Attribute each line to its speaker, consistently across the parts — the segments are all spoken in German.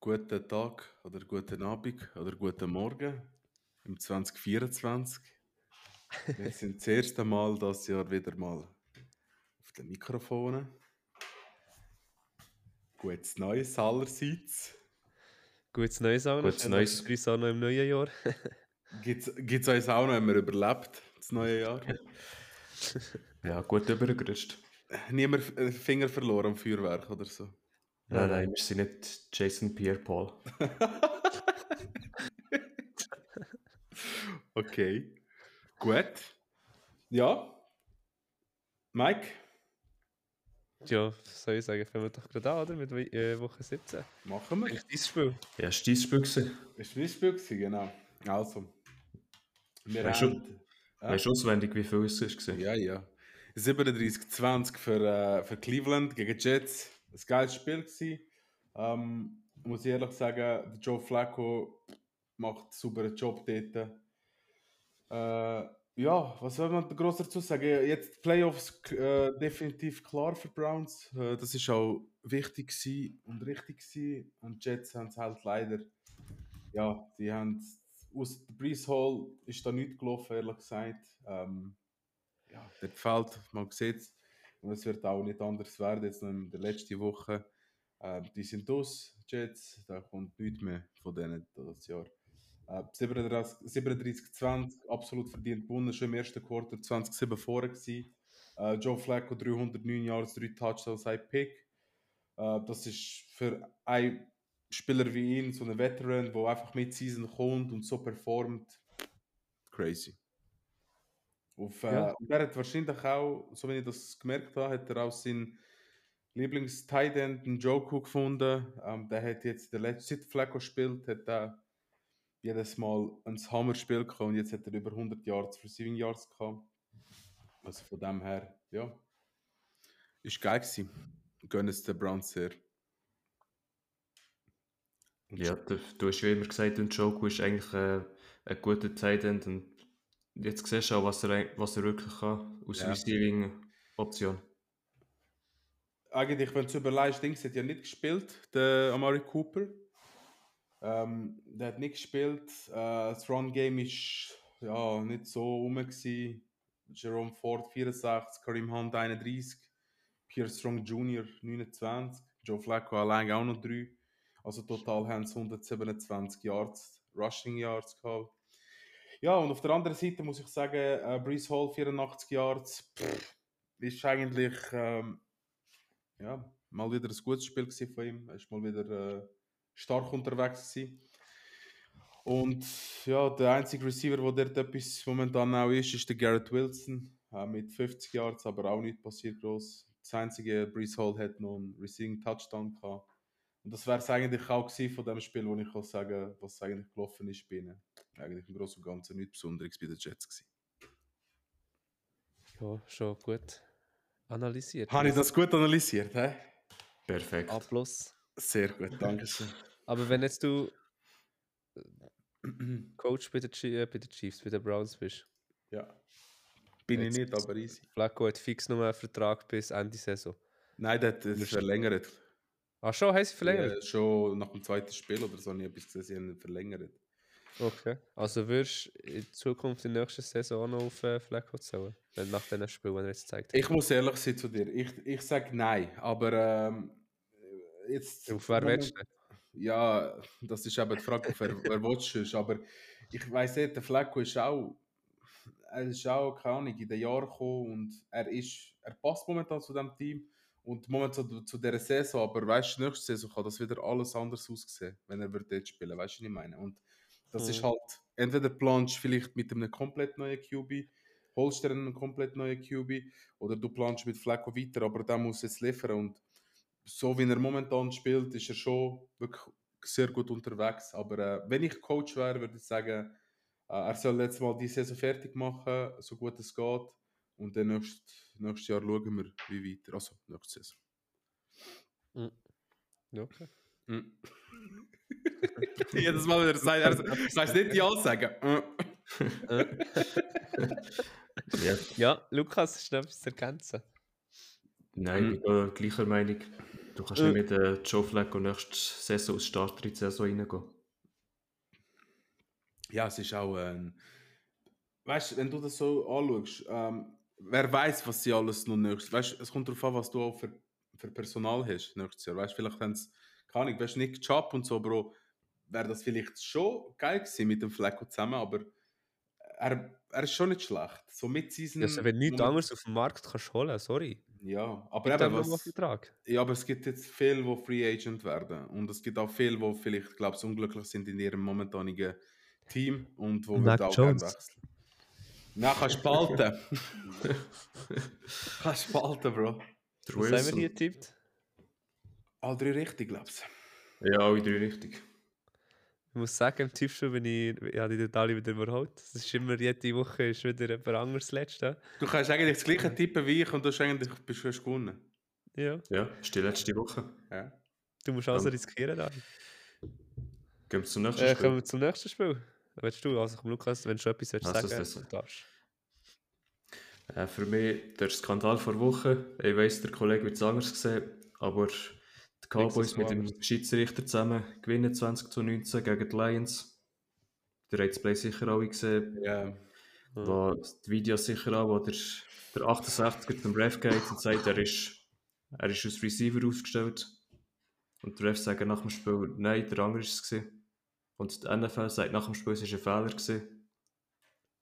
Speaker 1: Guten Tag oder guten Abend oder guten Morgen im 2024. Wir sind das erste Mal das Jahr wieder mal auf den Mikrofonen. Gutes Neues allerseits.
Speaker 2: Gutes Neues auch noch.
Speaker 3: Gutes
Speaker 2: Äh,
Speaker 3: Neues.
Speaker 2: Grüß auch noch im neuen Jahr.
Speaker 1: Gibt es uns auch noch, haben wir überlebt, das neue Jahr.
Speaker 3: Ja, gut übergerutscht.
Speaker 1: Niemand äh, Finger verloren am Feuerwerk oder so.
Speaker 3: Nein, nein, wir sind nicht Jason Pierre Paul.
Speaker 1: Okay. Gut. Ja. Mike,
Speaker 2: Ja, was soll ich sagen, fangen wir doch gerade an, oder? Mit äh, Woche 17.
Speaker 1: machen wir.
Speaker 2: Eigentlich dein Spiel.
Speaker 3: Ja, ist dein Spiel gewesen.
Speaker 1: Ist mein Spiel gewesen, genau. Also. Wir
Speaker 3: Hast du-
Speaker 1: Ja.
Speaker 3: Weißt du auswendig, wie viel es ist?
Speaker 1: Ja, ja. 37-20 für, äh, für Cleveland gegen die Jets. Ein geiles Spiel gewesen. Ähm, muss ich ehrlich sagen, der Joe Flacco macht einen sauberen Job dort. Äh, ja, was soll man groß dazu sagen? Jetzt die Playoffs äh, definitiv klar für die Browns. Äh, das ist auch wichtig gewesen und richtig gewesen. Und die Jets haben es halt leider. Ja, die haben aus der Breeze Hall ist da nichts gelaufen, ehrlich gesagt. Ähm, ja, dort fehlt, man sieht es. Und es wird auch nicht anders werden, jetzt noch in der letzten Woche. Ähm, die sind aus, die Jets, da kommt nichts mehr von denen das Jahr. Äh, 37, 37 20, absolut verdient gewonnen, schon im ersten Quarter 20-7 vorne gewesen. Äh, Joe Flacco 309 Yards, 3 Touchdowns, 1 Pick. Äh, das ist für einen Spieler wie ihn, so einen Veteran, der einfach mit Season kommt und so performt, crazy. Auf, äh,
Speaker 2: Ja.
Speaker 1: und Er hat wahrscheinlich auch, so wie ich das gemerkt habe, hat er auch seinen lieblings end Joku gefunden. Ähm, der hat jetzt in der letzten Zeit Flacco gespielt, hat er jedes Mal ein Hammer-Spiel gehabt und jetzt hat er über 100 Yards für 7 Yards gehabt. Also von dem her, ja. Ist geil gewesen. Gönnen es den Browns sehr. Und
Speaker 3: Ja, du, du hast ja immer gesagt, und Joku ist eigentlich äh, ein guter Titan. Und jetzt siehst du auch, was er, eig- was er wirklich kann aus
Speaker 1: Ja.
Speaker 3: Receiving-Option.
Speaker 1: eigentlich, wenn du es überlegst, Dings hat ja nicht gespielt, der Amari Cooper. Ähm, der hat nicht gespielt. Äh, das Run-Game ist ja, nicht so rum. Gewesen. Jerome Ford 64, Karim Hunt 31, Pierre Strong Jr. 29, Joe Flacco allein auch noch 3. Also total haben sie 127 Yards, Rushing Yards gehabt. Ja, und auf der anderen Seite muss ich sagen, äh, Breeze Hall 84 Yards pff, ist eigentlich. Ähm, ja, mal wieder ein gutes Spiel gewesen von ihm. Er ist mal wieder äh, stark unterwegs. Gewesen. Und ja, der einzige Receiver, der dort etwas momentan auch ist, ist der Garrett Wilson äh, mit 50 Yards, aber auch nicht passiert groß. Das einzige, Breeze Hall hat noch einen Receiving Touchdown gehabt. Und das wäre es eigentlich auch gewesen von dem Spiel, wo ich kann sagen was eigentlich gelaufen ist bei ihnen. Eigentlich im Großen und Ganzen nichts Besonderes bei den Jets gewesen.
Speaker 2: Ja, schon gut analysiert.
Speaker 1: Habe ich das gut analysiert, hä?
Speaker 3: Perfekt.
Speaker 2: Abschluss.
Speaker 1: Sehr gut, danke schön.
Speaker 2: Aber wenn jetzt du äh, Coach bei den, Chi- äh, bei den Chiefs, bei den Browns bist,
Speaker 1: Ja. Bin
Speaker 2: Jetzt-
Speaker 1: ich nicht, aber easy.
Speaker 2: Flacco hat fix nur einen Vertrag bis Ende Saison.
Speaker 1: Nein, der hat es verlängert.
Speaker 2: Ach schon, haben sie verlängert?
Speaker 1: Ja, schon nach dem zweiten Spiel oder so habe ich etwas gesehen, sie haben ihn verlängert.
Speaker 2: Okay. Also wirst du in Zukunft in der nächsten Saison auch noch auf äh, Flacco zählen? Wenn nach diesen Spielen, die er jetzt gezeigt hat.
Speaker 1: Ich muss ehrlich sein zu dir. Ich, ich sage nein, aber ähm, jetzt.
Speaker 2: Auf wer willst du?
Speaker 1: Ja, das ist eben die Frage, auf wer, wer willst du sonst. Aber ich weiss nicht, der Flecko ist auch. Er ist auch, keine Ahnung, in den Jahren gekommen und er ist. Er passt momentan zu diesem Team und momentan zu, zu dieser Saison. Aber weißt du, nächste Saison kann das wieder alles anders aussehen, wenn er wird dort spielen Weißt du, was ich meine? Und das
Speaker 2: Mhm.
Speaker 1: ist halt. Entweder planst du vielleicht mit einem komplett neuen QB, holst dir einen komplett neuen QB oder du planst mit Flecko weiter, aber der muss jetzt liefern. Und so wie er momentan spielt, ist er schon wirklich sehr gut unterwegs. Aber äh, wenn ich Coach wäre, würde ich sagen, äh, er soll jetzt mal die Saison fertig machen, so gut es geht. Und dann nächstes, nächstes Jahr schauen wir, wie weiter. Also, nächste Saison.
Speaker 2: Ja, okay.
Speaker 1: Mm. Jedes Mal wieder sein, er sagst nicht Ja sagen. Mm.
Speaker 3: Ja.
Speaker 2: ja, Lukas, ist noch etwas zu ergänzen.
Speaker 3: Nein, ich bin Mhm. äh, gleicher Meinung. Du kannst nicht mit äh, Joe Flacco nächste Saison als Starter in die Saison reingehen.
Speaker 1: Ja, es ist auch ein. weißt du, wenn du das so anschaust, ähm, wer weiß, was sie alles noch nächstes. Weißt es kommt darauf an, was du auch für, für Personal hast nächstes Jahr. Weißt vielleicht haben sie, keine Ahnung, weißt Nick Chubb und so, Bro, wäre das vielleicht schon geil gewesen mit dem Flecko zusammen, aber er, er ist schon nicht schlecht. So mit Season.
Speaker 2: Ja, also, wenn du nichts anderes auf dem Markt kannst holen, sorry.
Speaker 1: Ja, aber
Speaker 2: Dann
Speaker 1: eben,
Speaker 2: noch einen
Speaker 1: was,
Speaker 2: Vertrag.
Speaker 1: ja, aber es gibt jetzt viele, die Free Agent werden. Und es gibt auch viele, die vielleicht, glaube ich, unglücklich sind in ihrem momentanigen Team und wo
Speaker 2: Mac
Speaker 1: würden auch gerne
Speaker 2: Jones.
Speaker 1: wechseln. Nein, kannst spalten. kannst spalten, Bro.
Speaker 3: Der
Speaker 2: Was haben wir
Speaker 3: Wilson.
Speaker 2: hier getippt?
Speaker 1: All drei richtig, glaube ich.
Speaker 3: Ja, alle drei richtig.
Speaker 2: Ich muss sagen, im Tippspiel bin ich, ich habe die Detail wieder überholt. Es ist immer, jede Woche ist wieder jemand anderes Letzte.
Speaker 1: Du kannst eigentlich das gleiche tippen wie ich und du hast eigentlich bist du hast gewonnen.
Speaker 2: Ja,
Speaker 3: Ja, ist die letzte Woche.
Speaker 1: Ja.
Speaker 2: du musst also
Speaker 3: Ähm,
Speaker 2: riskieren da.
Speaker 3: Gehen wir zum nächsten
Speaker 2: Äh, kommen
Speaker 3: Spiel.
Speaker 2: wir zum nächsten Spiel. Willst du, also komm, Lukas, wenn du schon etwas willst,
Speaker 3: Also,
Speaker 2: sagen
Speaker 3: das-
Speaker 2: du darfst.
Speaker 3: Äh, für mich der Skandal vor Woche. Ich weiss, der Kollege wird es anders sehen, aber die Cowboys
Speaker 2: so
Speaker 3: mit dem
Speaker 2: anders.
Speaker 3: Schiedsrichter zusammen gewinnen 20 zu 19 gegen die Lions. Der hat das Play sicher alle gesehen.
Speaker 1: ja.
Speaker 3: Da die Videos sicher an, wo der, der 68er zum Ref geht und sagt, er ist, er ist als Receiver aufgestellt. Und der Ref sagt nach dem Spiel, nein, der andere war es. gewesen. Und die NFL sagt nach dem Spiel, es war ein Fehler. Gewesen.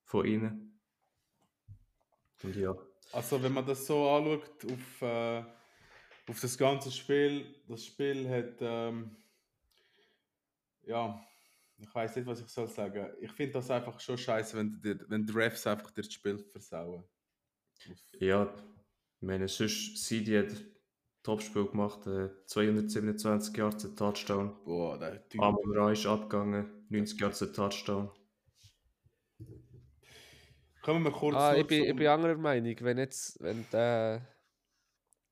Speaker 3: Von ihnen. Und ja.
Speaker 1: Also wenn man das so anschaut auf, äh, auf das ganze Spiel, das Spiel hat ähm, ja, ich weiß nicht, was ich soll sagen. Ich finde das einfach schon scheiße, wenn die, wenn die Refs einfach dir das Spiel versauen.
Speaker 3: Ja, ich meine, sonst CD hat Topspiel gemacht, äh, 227 Yards, ein Touchdown.
Speaker 1: Boah, der Typ.
Speaker 3: Amon Ra ist abgegangen, 90 Yards, ein Touchdown.
Speaker 1: Kommen wir kurz um-
Speaker 2: Ah,
Speaker 1: noch
Speaker 2: ich bin, ich
Speaker 1: zum-
Speaker 2: bin anderer Meinung. Wenn jetzt, wenn der,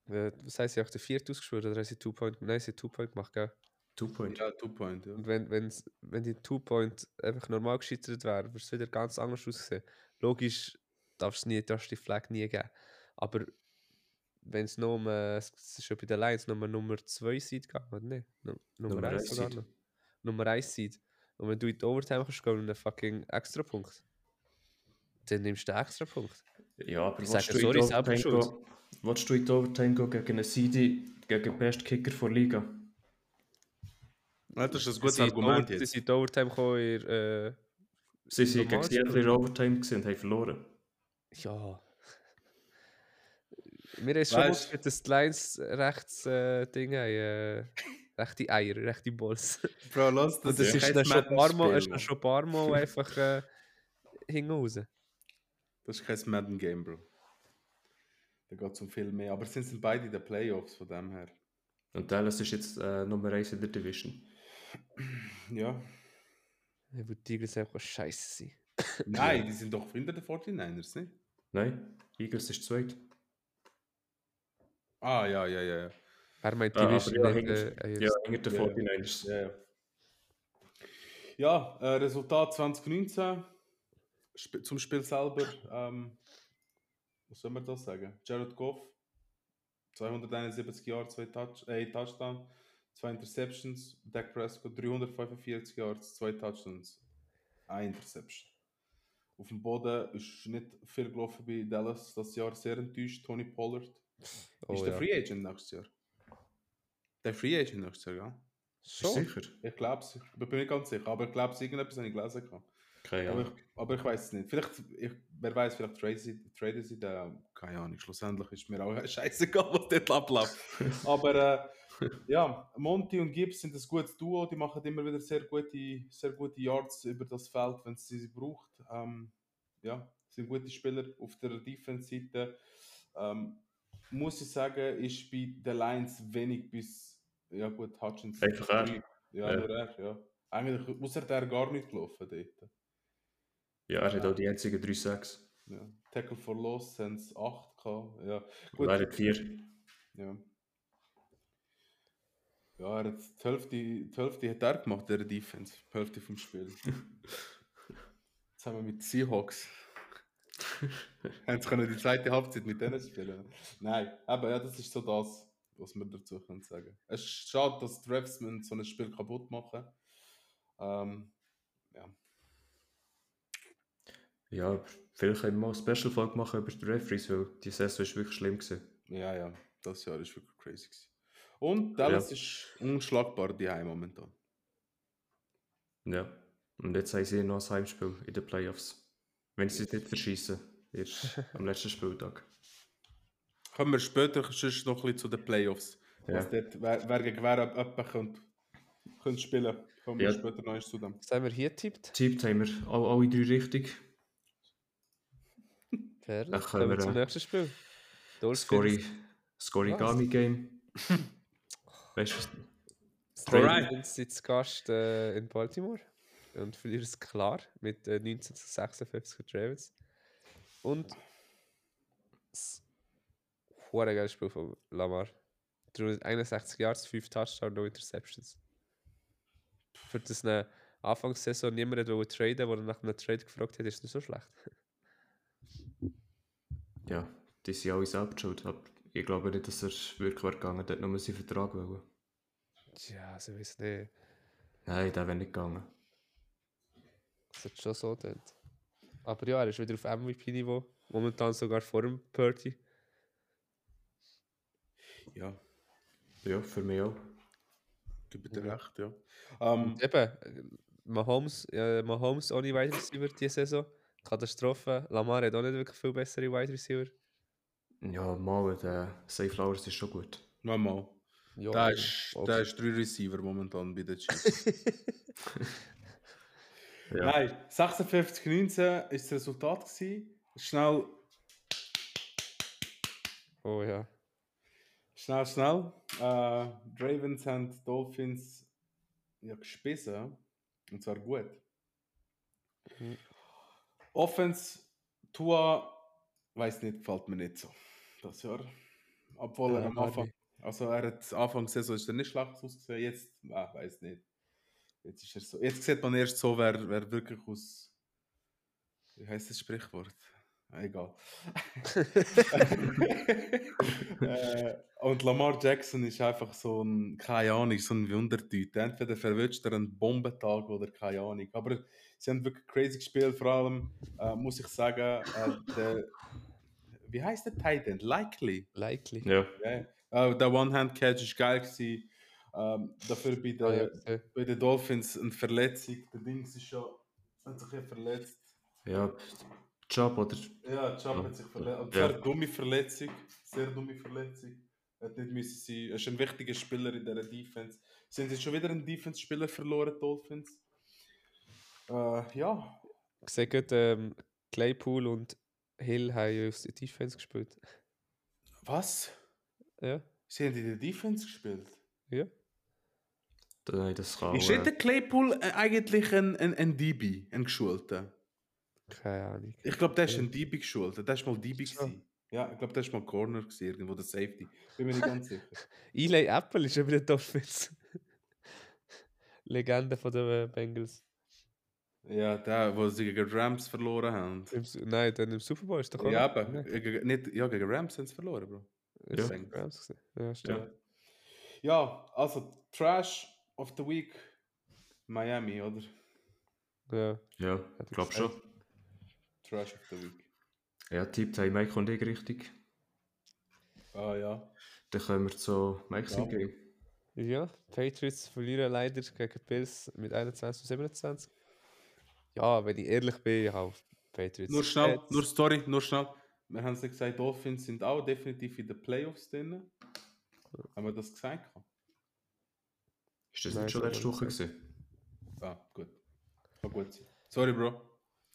Speaker 2: äh, was heißt, sie haben auch den vierten ausgespielt oder haben sie Two-Point, nein, sie haben Two-Point gemacht, gell?
Speaker 3: Two Point.
Speaker 1: Ja, Two Point. Ja.
Speaker 2: Und wenn, wenn's, wenn die Two-Point einfach normal gescheitert wäre, würde es wieder ganz anders aussehen. Logisch darfst du nie, darfst die Flag nie geben. Aber wenn es nur um, äh, es es ist ja bei den Lions Nummer Nummer 2 Seed gegangen, oder nicht? Nu- Nummer
Speaker 3: Nummer
Speaker 2: 1
Speaker 3: eins
Speaker 2: sogar
Speaker 3: Seed.
Speaker 2: noch. Nummer 1 Seed. Und wenn du in die Overtime kannst gehen und einen fucking Extrapunkt, dann nimmst du den Extrapunkt.
Speaker 3: Ja, aber
Speaker 2: Ich
Speaker 3: willst
Speaker 2: sage,
Speaker 3: du, in
Speaker 2: sorry,
Speaker 3: die
Speaker 2: selber
Speaker 3: Overtime
Speaker 2: schuld.
Speaker 3: gehen- willst du in die Overtime gehen gegen einen CD, gegen den besten Kicker der Liga?
Speaker 1: Ja, das ist ein gutes
Speaker 2: Sie sind
Speaker 1: Argument
Speaker 2: Over- Sie
Speaker 1: jetzt.
Speaker 2: sind in die Overtime gekommen, ihr, äh,
Speaker 3: Sie sind gegen
Speaker 2: Normal
Speaker 3: Seattle in der Overtime gewesen und haben verloren.
Speaker 2: Ja. Mir ist schon
Speaker 1: Weißt-
Speaker 2: aufgefallen, dass die Lions rechts äh, Dinge haben. Äh, rechte Eier, rechte Balls.
Speaker 1: Bro, lass das.
Speaker 2: Und das
Speaker 1: ich
Speaker 2: ist
Speaker 1: hätte
Speaker 2: dann schon ein
Speaker 1: Madden
Speaker 2: paar Mal,
Speaker 1: Spiel,
Speaker 2: ist dann
Speaker 1: Mann.
Speaker 2: schon ein paar Mal einfach äh, hinten raus.
Speaker 1: Das ist kein Madden Game, Bro. Da geht es um viel mehr. Aber sind sind beide in den Playoffs von dem her.
Speaker 3: Und Dallas ist jetzt äh, Nummer 1 in der Division.
Speaker 1: Ja.
Speaker 2: Ja, Weil die Eagles einfach scheiße sind.
Speaker 1: Nein, die sind doch hinter den 49ers, nicht?
Speaker 3: Nein, Eagles ist zweit.
Speaker 1: Ah, ja, ja, ja. ja.
Speaker 2: Wer meint, die
Speaker 3: Ah, aber
Speaker 2: wissen
Speaker 3: ja,
Speaker 2: nicht,
Speaker 3: hinter-
Speaker 2: äh,
Speaker 3: Ja, hinter den
Speaker 1: Ja, ja.
Speaker 3: 49ers.
Speaker 1: Ja, ja. ja äh, Resultat 2019. Sp zum Spiel selber. Ähm, was soll man da sagen? Jared Goff. 271 Yards, 2 Touch äh, ein Touchdown, 2 Interceptions. Dak Prescott 345 Yards, 2 Touchdowns, 1 Interception. Auf dem Boden ist nicht viel gelaufen bei Dallas das Jahr, sehr enttäuscht. Tony Pollard
Speaker 2: oh,
Speaker 1: ist der
Speaker 2: ja.
Speaker 1: Free Agent nächstes Jahr. Der Free Agent nächstes Jahr, ja?
Speaker 3: Bist du
Speaker 2: Schon?
Speaker 3: sicher?
Speaker 1: Ich glaube es. Ich bin mir nicht ganz sicher, aber ich glaube es, irgendetwas habe ich gelesen. Kann.
Speaker 3: Keine
Speaker 1: Aber ich,
Speaker 3: Ahnung.
Speaker 1: aber ich weiß es nicht. Vielleicht, ich, wer weiß, vielleicht traden sie, traden sie da. Keine Ahnung, schlussendlich ist mir auch scheißegal, was dort abläuft. aber äh, ja, Monty und Gibbs sind ein gutes Duo. Die machen immer wieder sehr gute, sehr gute Yards über das Feld, wenn sie sie braucht. Ähm, ja, sind gute Spieler auf der Defense-Seite. Ähm, muss ich sagen, ist bei den Lions wenig bis. Ja, gut, Hutchins.
Speaker 3: Einfach er.
Speaker 1: Ja,
Speaker 3: Ja.
Speaker 1: nur er, ja. Eigentlich, außer der gar nicht gelaufen dort.
Speaker 3: Ja, er hat auch die einzigen 3-6.
Speaker 1: Ja. Tackle for Loss haben es 8 gehabt. Ja.
Speaker 3: Und er
Speaker 1: Gut,
Speaker 3: hat 4.
Speaker 1: ja. Ja, er hat die Hälfte, die Hälfte hat er gemacht, der Defense. Die Hälfte vom Spiel. Zusammen mit Seahawks. Haben sie können die zweite Halbzeit mit denen spielen. Nein, aber ja, das ist so das. was wir dazu können sagen. Es ist schade, dass die Refs müssen so ein Spiel kaputt machen. Ähm,
Speaker 3: Ja, aber vielleicht können wir mal eine Special-Folge machen über die Referees, weil die Saison war wirklich schlimm. Gewesen.
Speaker 1: ja, ja, das Jahr ist wirklich crazy. Gewesen. Und Dallas ist unschlagbar die momentan.
Speaker 3: Ja. Und jetzt haben sie noch ein Heimspiel in den Playoffs. Wenn sie es nicht verschießen, erst am letzten Spieltag.
Speaker 1: Kommen wir später sonst noch ein bisschen zu den Playoffs.
Speaker 3: Ja.
Speaker 1: Was dort, wer, wer gegen wer ab- ab könnte, könnte spielen. Kommen wir
Speaker 3: Ja.
Speaker 1: später noch eins zu dem.
Speaker 2: Was haben wir hier getippt?
Speaker 3: Tippt haben wir alle, alle drei richtig.
Speaker 2: Fair.
Speaker 3: Dann
Speaker 2: Kommen
Speaker 3: können
Speaker 2: wir
Speaker 3: wir,
Speaker 2: zum
Speaker 3: äh,
Speaker 2: nächsten Spiel. Dolphins.
Speaker 3: Scori- Scorigami Game. weißt du was?
Speaker 1: Alright.
Speaker 2: Dolphins sind zu Gast äh, in Baltimore und verlieren es klar mit äh, 19 zu 56 für die Ravens. Und das hure geiles Spiel von Lamar. 361 Yards, 5 Touchdowns, no Interceptions. Für das eine Anfangssaison niemand hat wollen traden, wo er nach einem Trade gefragt hat, ist nicht so schlecht.
Speaker 3: Ja, die sind alle selbst schuld. Aber ich glaube nicht, dass er wirklich wäre gegangen. Der hat nur seinen Vertrag wollen.
Speaker 2: Tja, also ich weiß nicht.
Speaker 3: Nein, der wäre nicht gegangen.
Speaker 2: Das hat schon so gedacht. Aber ja, er ist wieder auf MVP-Niveau. Momentan sogar vor dem Purdy.
Speaker 1: Ja,
Speaker 3: Ja, für mich auch.
Speaker 1: gebe dir recht, ja. Mhm. Ähm,
Speaker 2: Eben, äh, Mahomes, äh, Mahomes ohne Wide Receiver diese Saison. Katastrophe. Lamar hat auch nicht wirklich viel bessere Wide Receiver.
Speaker 3: Ja, mal, der Safe Flowers ist schon gut.
Speaker 1: mal, mal.
Speaker 2: Ja,
Speaker 1: Da ist,
Speaker 2: okay.
Speaker 1: da ist drei Receiver momentan bei den Chiefs.
Speaker 3: Ja.
Speaker 1: Nein, 56-19 war das Resultat. Gewesen. Schnell,
Speaker 2: Oh ja.
Speaker 1: schnell, schnell. Äh, die Ravens haben die Dolphins ja, gespissen. Und zwar gut.
Speaker 2: Mhm.
Speaker 1: Offense, Tua, weiß nicht, gefällt mir nicht so. Das Jahr. Obwohl er
Speaker 2: Ja,
Speaker 1: am
Speaker 2: gar
Speaker 1: Anfang, also er hat Anfang der Saison ist er nicht schlecht ausgesehen, jetzt, ah, weiß nicht. Jetzt ist er so. Jetzt sieht man erst so, wer, wer wirklich aus. Wie heißt das Sprichwort? Ah, Egal. äh, und Lamar Jackson ist einfach so ein, keine Ahnung, so ein Wundertüte. Entweder verwünscht er einen Bombentag oder keine Ahnung. Aber sie haben wirklich crazy gespielt, vor allem, äh, muss ich sagen, äh, der, wie heißt der Titan? Likely.
Speaker 2: Likely.
Speaker 3: Ja.
Speaker 1: Ja, äh, der One-Hand-Catch ist geil. Gewesen. Ähm, dafür bei
Speaker 2: Ah, ja,
Speaker 1: den,
Speaker 2: okay.
Speaker 1: bei den Dolphins eine Verletzung. Der Dings ist ja, hat sich ja verletzt.
Speaker 3: Ja, Job oder
Speaker 1: Ja, Chubb hat sich verletzt. Und
Speaker 3: Ja.
Speaker 1: Sehr dumme Verletzung. Sehr dumme Verletzung. Hat nicht müssen sein. Er ist ein wichtiger Spieler in dieser Defense. Sie haben jetzt schon wieder einen Defense-Spieler verloren, die Dolphins. Äh, ja,
Speaker 2: Ich sehe gerade, ähm, Claypool und Hill haben aus der Defense gespielt.
Speaker 1: was?
Speaker 2: Ja.
Speaker 1: Sie haben in der Defense gespielt.
Speaker 3: Nein, das kann
Speaker 1: ist
Speaker 3: auch,
Speaker 1: nicht der Claypool äh, eigentlich ein, ein, ein DB, ein geschulter?
Speaker 2: Keine Ahnung.
Speaker 1: Ich glaube, der ist
Speaker 2: Ja.
Speaker 1: ein DB geschult. Der ist mal DB
Speaker 2: Ist so.
Speaker 1: gewesen. Ja, ich glaube, der ist mal Corner gewesen, irgendwo der Safety. Bin mir nicht ganz sicher.
Speaker 2: Eli Apple ist ja bei den Dolphins. Legende von den äh, Bengals.
Speaker 1: Ja, der, wo sie gegen Rams verloren haben.
Speaker 2: Im, Su- nein, dann im Super Bowl ist doch auch
Speaker 1: Ja,
Speaker 2: noch- ne?
Speaker 1: aber äh, gegen- nicht, ja, gegen Rams haben sie verloren, Bro.
Speaker 2: Ja,
Speaker 3: Ja.
Speaker 2: St. Rams gesehen. Ja, stimmt.
Speaker 1: Ja, also Trash of the Week Miami, oder?
Speaker 2: Ja.
Speaker 3: Ja,
Speaker 2: ich
Speaker 3: ich glaube schon.
Speaker 1: Trash of the Week.
Speaker 3: Ja, tippt haben Mike und ich richtig.
Speaker 1: Ah ja.
Speaker 3: Dann kommen wir zu Mike's
Speaker 1: Ja.
Speaker 3: Game.
Speaker 2: ja. Patriots verlieren leider gegen die Bills mit 21 zu 27. Ja, wenn ich ehrlich bin, ich habe auf Patriots.
Speaker 1: Nur schnell,
Speaker 2: gesetzt.
Speaker 1: nur Story, nur schnell. Wir haben es ja gesagt, Dolphins sind auch definitiv in den Playoffs drin. Haben wir das gesagt?
Speaker 3: Ist das
Speaker 2: Nein,
Speaker 3: nicht schon
Speaker 2: das
Speaker 3: letzte
Speaker 2: hab ich
Speaker 3: Woche
Speaker 2: nicht
Speaker 3: gewesen?
Speaker 1: Ah, gut. War gut. Sorry, Bro.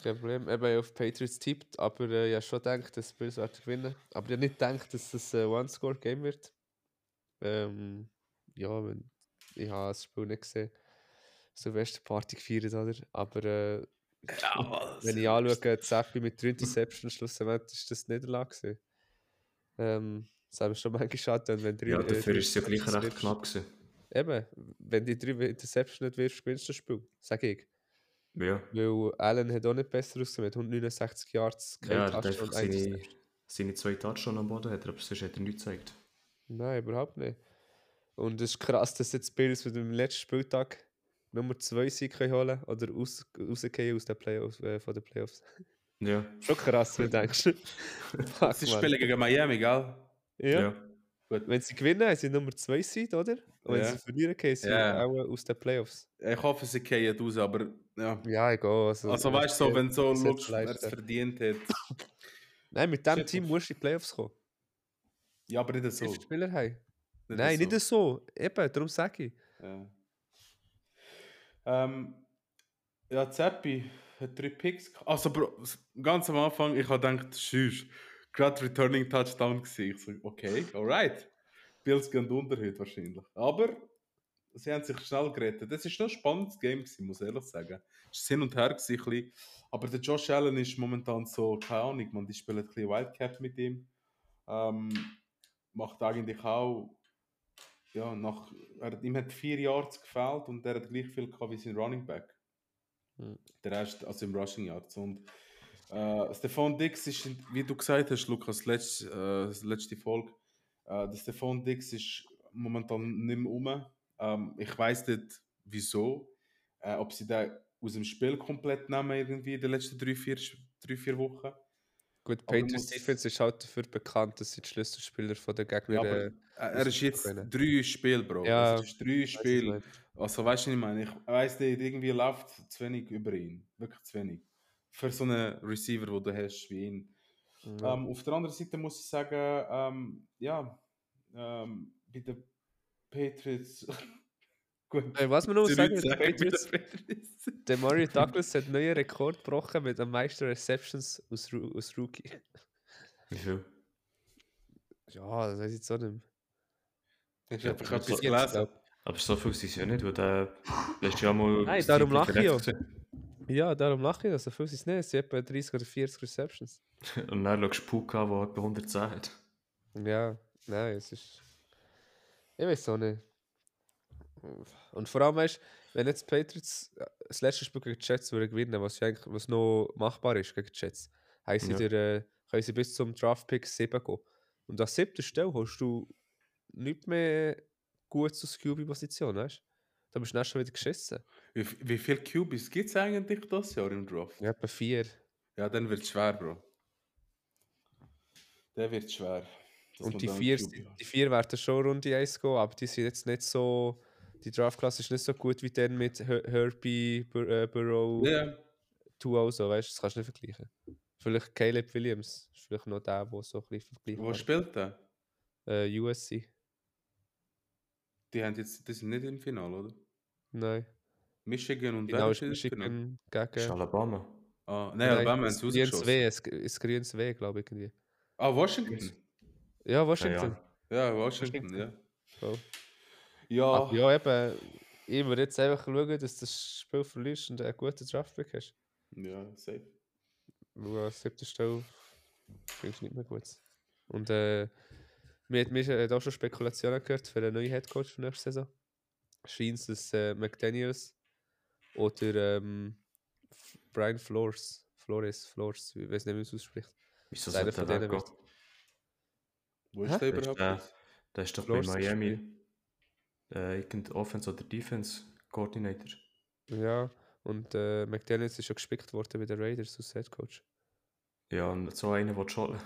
Speaker 2: Kein Problem. Eben ich habe auf Patriots tippt, aber äh, ich habe schon gedacht, dass die Bills werden gewinnen. Aber ich habe nicht gedacht, dass das ein One-Score-Game wird. Ähm, ja, wenn, ich habe das Spiel nicht gesehen. Silvesterparty gefeiert, oder? Aber äh, wenn ich anschaue, Zappi mit 3 Interceptions, schlussendlich ist das nicht gewesen. Ähm, das haben wir schon mal geschaut, wenn drei.
Speaker 3: Ja,
Speaker 2: äh,
Speaker 3: dafür
Speaker 2: drei
Speaker 3: ist es ja gleich
Speaker 2: Interceptions
Speaker 3: recht
Speaker 2: wirfst.
Speaker 3: knapp gewesen.
Speaker 2: Eben, wenn die drei Interceptions nicht wirfst, gewinnst du das Spiel, sage ich.
Speaker 3: Ja,
Speaker 2: Weil Allen hat auch nicht besser ausgesehen, mit 169 Yards,
Speaker 3: ja er hat
Speaker 2: Touchdown
Speaker 3: einfach
Speaker 2: und ein
Speaker 3: seine,
Speaker 2: Interception.
Speaker 3: seine zwei Touchdowns am Boden, hat er, aber sonst hat er nichts gezeigt.
Speaker 2: Nein, überhaupt nicht. Und es ist krass, dass jetzt die Bills mit dem letzten Spieltag Nummer 2 Sieg können holen oder raus, rausgehen aus den Playoffs, äh, von den Playoffs.
Speaker 3: Ja.
Speaker 2: Schon krass, wenn du denkst. Fuck,
Speaker 1: Sie
Speaker 2: Mann.
Speaker 1: spielen gegen Miami, gell?
Speaker 2: Ja. Wenn sie gewinnen, haben sie Nummer 2 Seed, oder? Und wenn
Speaker 1: Ja.
Speaker 2: sie verlieren, gehen sie
Speaker 1: Ja.
Speaker 2: auch aus den Playoffs.
Speaker 1: Ich hoffe, sie gehen raus, aber ja.
Speaker 2: Ja, egal. Also,
Speaker 1: Also weißt du, so, wenn du so
Speaker 2: Das hätte
Speaker 1: schaust, wer es
Speaker 2: leisten.
Speaker 1: verdient hat.
Speaker 2: Nein, mit diesem
Speaker 1: Shit,
Speaker 2: Team
Speaker 1: was-
Speaker 2: musst du in die Playoffs kommen.
Speaker 1: Ja, aber nicht
Speaker 2: So.
Speaker 1: so.
Speaker 2: Die Spieler haben. Nein, nicht so. Eben, darum sage ich.
Speaker 1: Ja. Ähm, ja, Zeppi hat drei Picks. ge- Also, Bro, s- ganz am Anfang, ich habe gedacht, tschüss. Gerade Returning Touchdown gesehen. Ich so, okay, alright. Bills gehen unter heute wahrscheinlich. Aber sie haben sich schnell gerettet. Das war noch ein spannendes Game, gewesen, muss ich ehrlich sagen. Es war hin und her. Gewesen, ein bisschen. Aber der Josh Allen ist momentan so, keine Ahnung, man, die spielen ein bisschen Wildcat mit ihm. Ähm, macht eigentlich auch ja, nach, er, hat- ihm hat vier Jahre gefällt und er hat gleich viel gehabt wie sein Running Back.
Speaker 2: Mhm.
Speaker 1: Der Rest, also im Rushing Yards. Und äh, Stefan Dix ist, in- wie du gesagt hast, Lukas, letzt, äh, das letzte Folge, äh, der Stefan Dix ist momentan nicht mehr rum. Ähm, ich weiß nicht, wieso. Äh, ob sie den aus dem Spiel komplett nehmen, irgendwie in den letzten drei, vier, Sch- drei, vier Wochen.
Speaker 2: Gut,
Speaker 1: Aber
Speaker 2: Patriots
Speaker 1: muss-
Speaker 2: Defense ist halt dafür bekannt, dass sie die Schlüsselspieler von der Gegner.
Speaker 1: Ja, aber
Speaker 2: äh,
Speaker 1: äh, er ist jetzt
Speaker 2: können.
Speaker 1: drei Spiele, Bro.
Speaker 2: Ja,
Speaker 1: Also, es ist drei
Speaker 2: weiss ich
Speaker 1: Spiele.
Speaker 2: nicht.
Speaker 1: Also, weißt du, was ich meine, ich weiß nicht, irgendwie läuft zu wenig über ihn. Wirklich zu wenig. Für so einen Receiver, den du hast, wie ihn.
Speaker 2: Ja.
Speaker 1: Ähm, auf der anderen Seite muss ich sagen, ähm, ja, ähm, bei den Patriots. Gut.
Speaker 2: Hey, was man noch
Speaker 1: zu
Speaker 2: sagen
Speaker 1: nichts
Speaker 2: mit den
Speaker 1: bei den
Speaker 2: Patriots,
Speaker 1: Patriots.
Speaker 2: der Mario Douglas hat einen neuen Rekord gebrochen mit am meisten Receptions aus, Ru- aus Rookie.
Speaker 3: Wie viel?
Speaker 2: Ja, das weiß ich jetzt auch nicht mehr.
Speaker 1: Hast du
Speaker 3: Ja,
Speaker 1: einfach
Speaker 3: das
Speaker 1: etwas
Speaker 2: ist jetzt,
Speaker 1: gelesen?
Speaker 3: Aber so viel sind es ja nicht, weil der letztes Jahr mal.
Speaker 2: Nein,
Speaker 3: das
Speaker 2: darum
Speaker 3: Team
Speaker 2: lache ich
Speaker 3: verletzt
Speaker 2: Ja, darum lache ich, also viel ist es nicht. Sie hat etwa 30 oder 40 Receptions.
Speaker 3: war. Und dann schaust du Puka, der etwa 110 hat.
Speaker 2: Ja, nein, es ist. Ich weiß auch nicht. Und vor allem, weißt wenn jetzt die Patriots äh, das letzte Spiel gegen die Jets würden gewinnen, was, ja eigentlich, was noch machbar ist gegen die Jets, haben sie
Speaker 3: Ja.
Speaker 2: dir, äh, können sie bis zum Draftpick 7 gehen. Und an siebter Stelle hast du nicht mehr gut zur QB-Position, weißt du? Da bist du dann schon wieder geschissen.
Speaker 1: Wie, wie viele Cubis gibt es eigentlich das Jahr im Draft?
Speaker 2: Ja, etwa 4.
Speaker 1: Ja, dann wird es schwer, Bro. Der wird schwer. dass man
Speaker 2: Und die
Speaker 1: dann
Speaker 2: vier,
Speaker 1: QB
Speaker 2: die,
Speaker 1: hat.
Speaker 2: die vier werden schon Runde 1 gehen, aber die sind jetzt nicht so. Die Draftklasse ist nicht so gut wie den mit Her Herbie, Bur äh, Burrow,
Speaker 1: Ja, ja.
Speaker 2: Tua, so, weißt du, das kannst du nicht vergleichen. Vielleicht Caleb Williams, ist vielleicht noch der, der so ein bisschen
Speaker 1: Wo
Speaker 2: vergleicht.
Speaker 1: spielt der?
Speaker 2: Äh, USC.
Speaker 1: Die haben jetzt, die sind nicht im Finale, oder?
Speaker 2: Nein.
Speaker 1: Michigan und
Speaker 2: Genau,
Speaker 1: wer
Speaker 2: ist
Speaker 1: im Finale?
Speaker 2: Michigan
Speaker 3: Das ist
Speaker 2: gegen.
Speaker 3: Alabama.
Speaker 1: Ah, nein, Alabama haben
Speaker 2: ist
Speaker 1: sie
Speaker 2: grünes
Speaker 1: rausgeschossen.
Speaker 2: W, ist, ist grünes W, glaube ich. Irgendwie.
Speaker 1: Ah, Washington.
Speaker 2: Ja, Washington.
Speaker 3: Ja,
Speaker 1: Ja, Washington, ja.
Speaker 2: Washington. Voll.
Speaker 1: Ja, Ah.
Speaker 2: Aber ja, eben. Ich würde jetzt einfach schauen, dass du das Spiel verlierst und einen guten Draftpick hast.
Speaker 1: ja, safe.
Speaker 2: Weil an siebter Stelle bringst du nicht mehr gut. Und äh, wir haben wir haben auch schon Spekulationen gehört für einen neuen Headcoach für nächste Saison. Scheint es, dass äh, McDaniels oder ähm, F- Brian Flores, Flores, Flores, ich weiß nicht, wie man es ausspricht.
Speaker 3: Wieso
Speaker 2: Leider
Speaker 3: sollte
Speaker 2: von
Speaker 3: der
Speaker 2: denen
Speaker 3: weggehen?
Speaker 1: Wo
Speaker 2: Hä?
Speaker 1: ist der
Speaker 3: Wer ist
Speaker 1: überhaupt?
Speaker 3: der?
Speaker 1: jetzt?
Speaker 3: Der ist doch bei
Speaker 2: Flores ist
Speaker 3: Miami. Äh, irgendein Offense- oder Defense-Coordinator.
Speaker 2: Ja, und äh, McDaniels ist schon gespickt worden bei den Raiders als Headcoach.
Speaker 3: Ja, und so einen, der schon.